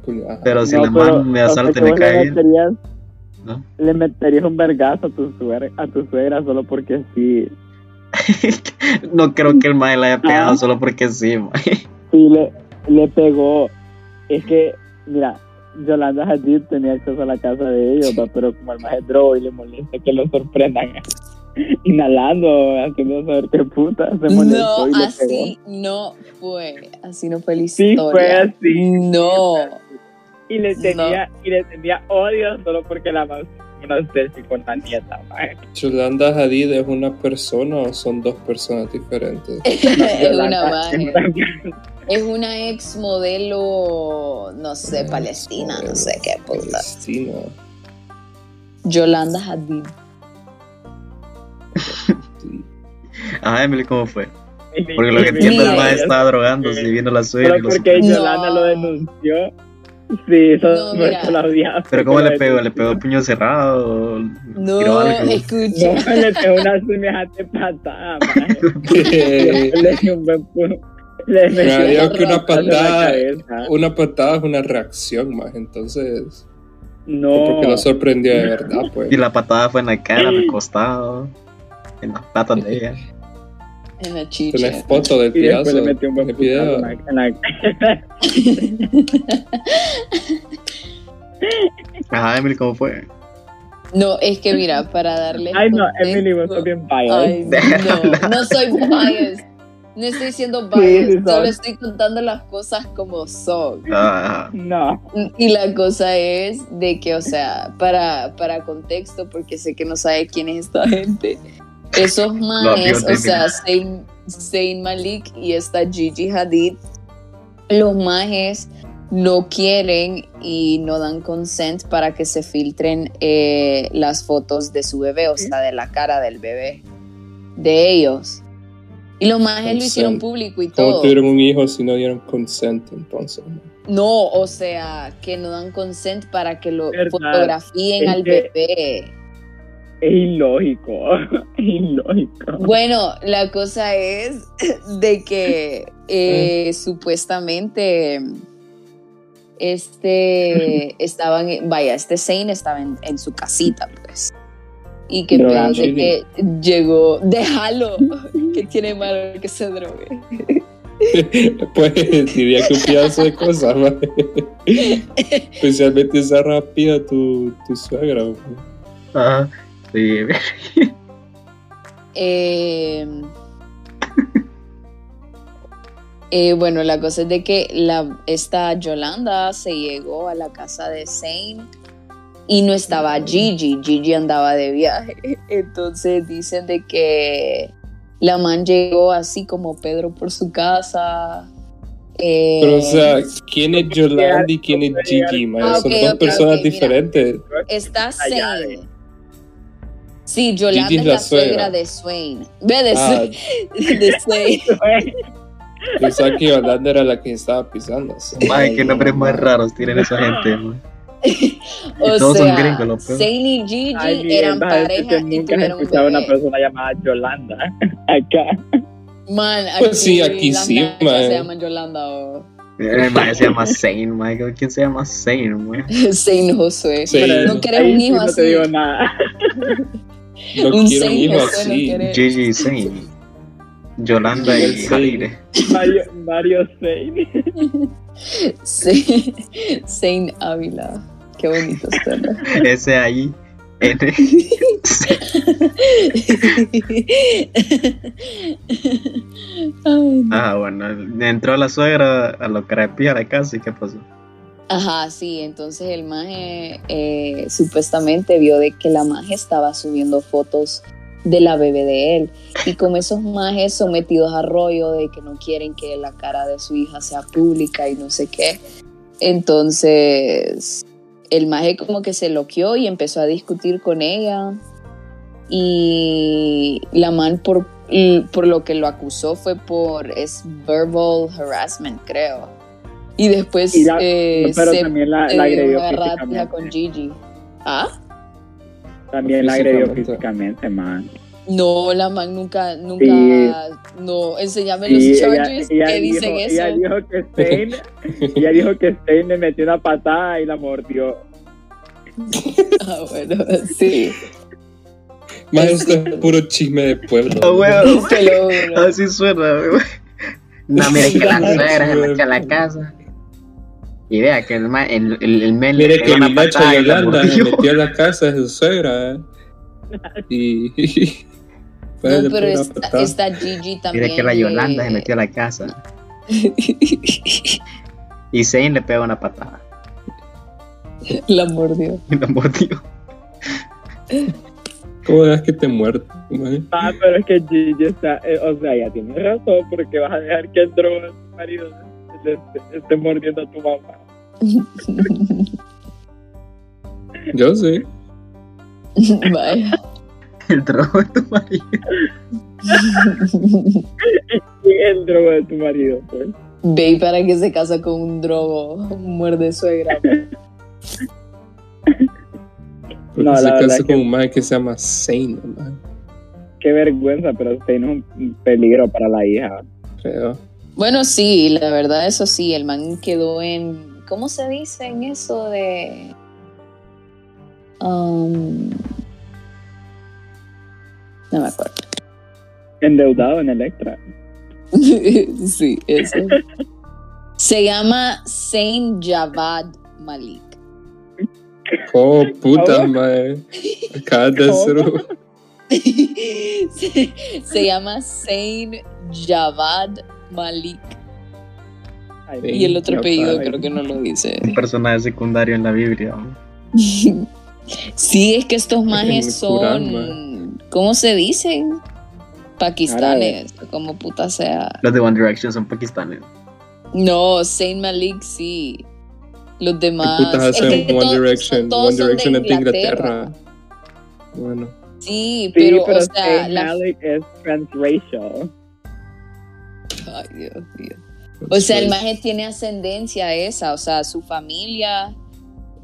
D: puño- ajá.
B: Pero si
F: No,
B: la
F: pero,
B: madre me
F: o sea,
B: asalta y
F: que
B: me
F: vos
B: cae
F: le
B: bien.
F: meterías,
B: ¿no?
F: le meterías un vergazo a tu, suegra, a tu suegra solo porque sí.
B: no creo que el madre la haya pegado
F: Ah.
B: solo porque sí, man.
F: Sí, le, le pegó. Es que, mira, Yolanda Hadid tenía acceso a la casa de ellos, va, pero como el maje es drogo y le molesta que lo sorprendan inhalando, haciendo saber qué puta, se
A: No,
F: molestó y le pegó.
A: así no fue. Así no fue la
F: Sí,
A: historia.
F: fue así.
A: No.
F: Y le
A: No.
F: tenía, y le tenía odio solo porque la más una selfie con la nieta, maje.
D: Yolanda Hadid es una persona o son dos personas diferentes.
A: es una
F: Yolanda-
A: maje. Es una ex modelo, no sé, palestina, no sé qué puta.
D: Palestina.
A: Yolanda Hadid.
B: Ajá, Emily, ¿cómo fue? Porque lo que entiendo el
A: Mira,
B: madre estaba drogando,
F: Sí.
B: si viendo la suegra. y
F: Solo
B: lo-
F: porque
A: No.
F: Yolanda lo denunció. Sí, eso
A: No,
F: por
A: mira.
F: eso la odiaba.
B: Pero ¿cómo le pegó?
F: pegó?
B: ¿Le pegó puño cerrado?
A: No, eh.
B: ¿Tiró algo?
A: escucha.
F: No, le pegó una semejante patada, maje. Le dio un buen pu- Le metió
D: Me digo
F: un
D: que una
F: ratazo en la
D: patada,
F: cabeza.
D: una patada es una reacción más, entonces. fue
F: No.
D: Porque lo sorprendió de verdad, pues.
B: Y la patada fue en la cara, recostado, en las patas de ella.
A: En la
D: Tenés
A: chicha.
D: foto del
F: Y después
D: tirazo.
F: le metió un buen
D: el
F: putazo
D: video.
F: en la- en la
B: Ajá, Emily, ¿cómo fue?
A: No, es que mira, para darle.
F: Ay, no,
A: contexto-
F: Emily, vos sos bien payas.
A: Ay, no, no soy biased. No estoy siendo biased.
F: Sí, sí,
A: solo
F: sos.
A: estoy contando las cosas como son.
B: Ah,
F: No.
A: Y la cosa es de que, o sea, para, para contexto, porque sé que no sabe quién es esta gente, esos manes, o
B: biotecnia.
A: sea, Zayn, Zayn Malik y esta Gigi Hadid, los majes no quieren y no dan consent para que se filtren eh, las fotos de su bebé, o sea, de la cara del bebé, de ellos. Y los majes lo hicieron
D: Consent.
A: público y
D: ¿Cómo
A: todo.
D: tuvieron un hijo si no dieron consent entonces? man?
A: No, o sea, que no dan consent para que lo
F: Verdad.
A: fotografíen
F: Es
A: al
F: que-
A: bebé.
F: es ilógico, es ilógico.
A: Bueno, la cosa es de que eh, supuestamente este estaban, vaya, este Zane estaba en, en su casita, pues. Y que pedo
F: Drogándose.
A: de que llegó, déjalo, que tiene malo que se drogue.
D: Pues diría que un pedazo de cosas, ma. Especialmente esa rápida tu, tu suegra, ma.
B: Ajá. Sí.
A: Eh, eh, bueno, la cosa es de que la, esta Yolanda se llegó a la casa de Zane y no estaba Gigi, Gigi andaba de viaje. Entonces dicen de que la man llegó así como Pedro por su casa. eh,
D: Pero, o sea, ¿quién es Yolanda y quién es Gigi, ma?
A: Ah,
D: Son
A: ok,
D: dos
A: ok,
D: personas
A: ok, mira.
D: diferentes.
A: está
F: allá
A: Zane. Sí, Yolanda
D: Gigi
A: es la suegra de Swain. Ve de,
D: Ah,
A: Swain- de Swain.
D: pensaba que Yolanda era la que estaba pisando. sí.
B: Madre, qué nombres más raros tienen esa gente, man.
A: O
B: Todos son
A: sea,
B: gringos, lo peor.
A: Zane y Gigi
F: Ay, Miguel,
A: eran
F: vas a decir
A: pareja
F: que
A: y
F: nunca has
A: tuvieron un
F: escuchado a
A: bebé.
F: una persona llamada Yolanda acá.
A: Man, aquí,
D: Pues sí, aquí
A: las
D: sí,
A: nachas
D: man.
A: se llaman Yolanda o
B: Eh, El madre se llama Zane, man. ¿Quién se llama Zane, man?
A: Zane Josué.
D: Sí,
F: Pero
A: No querés
F: ahí
A: un
F: sí
A: hijo
F: No
A: así.
F: te digo nada.
D: no
A: un
D: quiero un
A: Zane
D: hijo
A: Josué no
D: así.
A: quiere.
B: Gigi Zane. Yolanda y
D: Zane.
B: Jaire.
F: Mario, Mario Zane.
A: Sí. Zane Ávila. Qué bonito suena.
B: Ese ahí. N.
A: Ay,
B: Ah, bueno, entró la suegra a lo creepy a la casa y qué pasó.
A: Ajá, sí, entonces el maje eh, supuestamente vio de que la maje estaba subiendo fotos de la bebé de él. Y como esos majes sometidos a rollo de que no quieren que la cara de su hija sea pública y no sé qué. Entonces el maje como que se loqueó y empezó a discutir con ella. Y la man por, y por lo que lo acusó fue por es verbal harassment, creo. Y después
F: Y la-
A: eh,
F: Pero
A: se
F: también la,
A: se
F: la
A: dio
F: agredió
A: una rápida con
F: físicamente.
A: Gigi. ¿Ah?
F: También la agredió
D: Físicamente.
F: físicamente, man.
A: No, la man nunca, nunca,
F: Sí.
A: no, enséñame
F: Sí,
A: los
F: ella-
A: charges
F: ella
A: que
F: dijo-
A: dicen
F: Ella
A: eso.
F: dijo que Zane, ella dijo que Zane le metió una patada y la mordió.
A: Ah, bueno, sí,
D: Más esto es puro chisme de pueblo.
B: Ah, weón.
A: te lo juro.
B: Así suena, weón. No, mire que la suegra se metió a la casa. Y vea que el, ma- el, el, el men le
D: Mire que
B: pegó
D: mi
B: una
D: Nacho
B: patada y la
D: Yolanda se
B: mordió.
D: metió a la casa de su suegra. ¿eh? Y. Pues,
A: No,
D: le
A: pero
D: pegó una
A: esta,
D: patada.
A: esta Gigi también.
B: Mire que la Yolanda se
A: eh,
B: metió a la casa. Y Zane le pegó una patada.
A: la mordió.
B: Y la mordió.
D: ¿Cómo das que te muerto? man?
F: Ah, pero es que Gigi está, eh, o sea, ya tiene razón, porque vas a dejar que el droga de tu marido le esté, esté mordiendo a tu mamá.
D: Yo sé.
A: Vaya.
B: El trabajo de tu marido.
F: Y el droga de tu marido, pues.
A: Ve y para que se casa con un drogo, muerde suegra.
D: Porque
F: No,
D: se
F: la verdad
D: casa
F: es
D: con
F: que-
D: un man que se llama Zane, man,
F: Qué vergüenza, pero Zane es un peligro para la hija.
D: creo.
A: Bueno, sí, la verdad, eso sí, el man quedó en. ¿Cómo se dice en eso de.? Um, no me acuerdo.
F: Endeudado en Electra.
A: sí, eso. Se llama Saint Javad Malik.
D: Oh, puta, é
F: ¿Cómo?
D: man. Acabas de
F: ¿Cómo?
D: hacer un-
A: se, se llama Saint Javad Malik.
F: Ay,
D: Sí.
A: Y el otro
D: Javad.
A: apellido creo que no lo dice.
B: Un personaje secundario en la Biblia. ¿no?
A: Sí, es que estos majes
D: El Corán,
A: son,
D: ¿eh?
A: ¿cómo se dicen? Pakistanes, como puta sea.
B: Los de One Direction son pakistanes.
A: No, Saint Malik sí. Los demás.
D: ¿Qué putas
A: es é que
D: hacen é One
A: todos-
D: Direction?
A: todos
D: One
A: son de
D: Direction es de Inglaterra. Bueno,
A: Sí,
F: Sí,
A: pero,
F: pero
A: o sea,
F: Zayn
A: la-
F: Malik es transracial.
A: Ay, Dios é
F: Pues
A: mío. O sea, el maje tiene ascendencia esa, o sea, su familia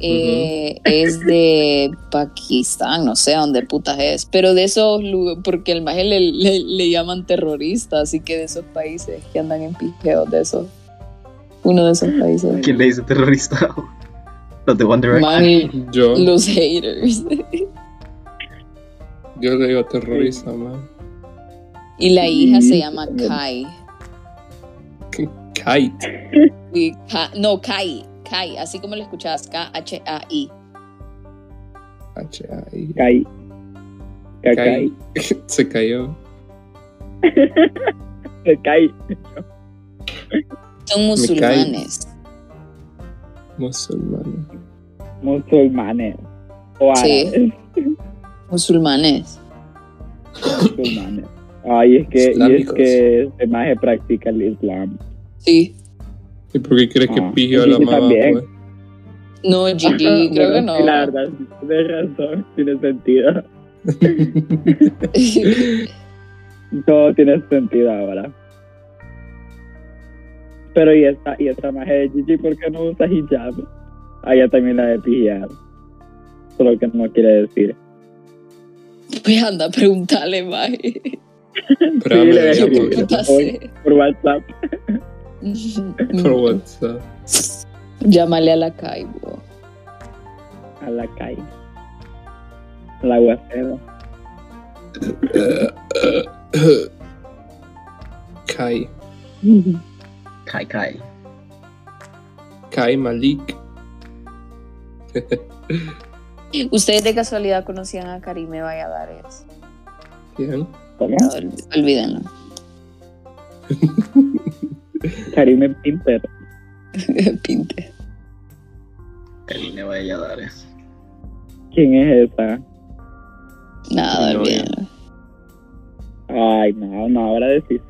A: eh, es de Pakistán, no sé dónde putas es, pero de esos, lu- porque el maje le, le- le llaman terrorista, así que de esos países que andan en pijeos de esos, uno de esos países.
B: ¿Quién le dice terrorista? Los de One Direction.
A: Man,
D: Yo,
A: los haters.
D: yo le digo terrorista, man.
A: Y la hija se
F: Sí,
A: llama
F: también.
A: Kai.
D: Kite.
A: Y Ka- no, Kai. Kai, así como lo escuchabas, K-H-A-I.
D: H -I.
F: Kai. Kai.
D: Kai. Se cayó.
F: Kai.
A: Son musulmanes.
D: Musulmán.
F: Musulmanes. O
A: Sí.
F: árabes.
A: Musulmanes.
F: musulmanes. Ay, es que, y es
D: Islámicos.
F: que este maje practica el Islam.
A: Sí.
D: ¿Y por qué crees que
F: Ah,
D: pigió a la
F: sí,
D: mamá?
F: también.
D: pues?
A: No, Gigi, creo que
F: Ah, Bueno,
A: no.
F: sí, La verdad, tienes razón, tiene sentido. Todo tiene sentido ahora. Pero y esta, y esta magia de Gigi, ¿por qué no usa hijab? Ah, ella también la de pijar. Solo que no quiere decir.
A: Pues anda, pregúntale, maje.
D: Pero
F: Sí,
D: me
F: le
D: decía
F: dejé.
D: por-
A: Yo ya sé.
F: Por WhatsApp.
D: por WhatsApp.
A: Llámale a la Kai, bo.
F: A la calle. Al aguacero.
D: Kai.
B: Kai Kai.
D: Kai Malik.
A: Ustedes de casualidad conocían a Karime Valladares.
D: ¿Quién?
F: ¿Cómo?
A: No, ol- olvídenlo.
F: Karime Pinter.
A: Pinte.
B: Karine Valladares.
F: ¿Quién es esa?
A: Nada,
D: No,
A: olvídenlo.
F: Ay, no, no, ahora decís.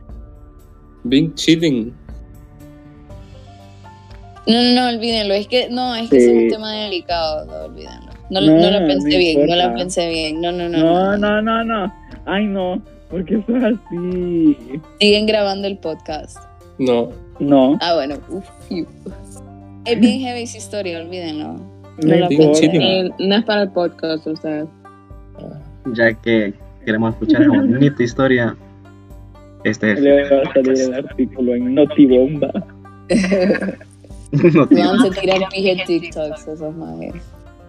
D: Big Chilling.
A: No, no, no, olvídenlo. Es que, no, es que ese es un
F: Sí.
A: tema delicado. No, olvídenlo. No,
F: No,
A: no la
F: no
A: pensé bien, no la
F: importa.
A: pensé bien. No, no, no.
F: No, no, no, no. Ay, no. ¿Por qué sos así?
A: Siguen grabando el podcast.
D: No.
F: No.
A: Ah, bueno. Uf, y- Es bien heavy esa historia, olvídenlo.
F: No
D: la Digo,
F: importa.
D: chile.
C: Eh, no es para el podcast, o sea.
B: Ya que queremos escuchar esa bonita historia, este es el
F: Le va a salir el artículo en Notibomba.
B: no tiene-
A: Vamos a tirar pije TikToks esos majes.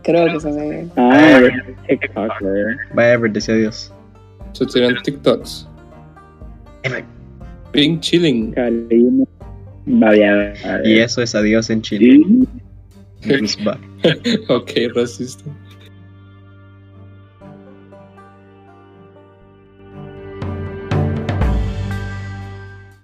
A: Creo que son ellos.
F: Ah, TikToker.
B: Vaya, Ever, decía Dios.
D: Se tiran TikToks. Big Chilling.
F: Karime. Vaya.
B: Y eso es adiós en Chile.
F: Sí.
B: Pues, va.
D: ok, racista.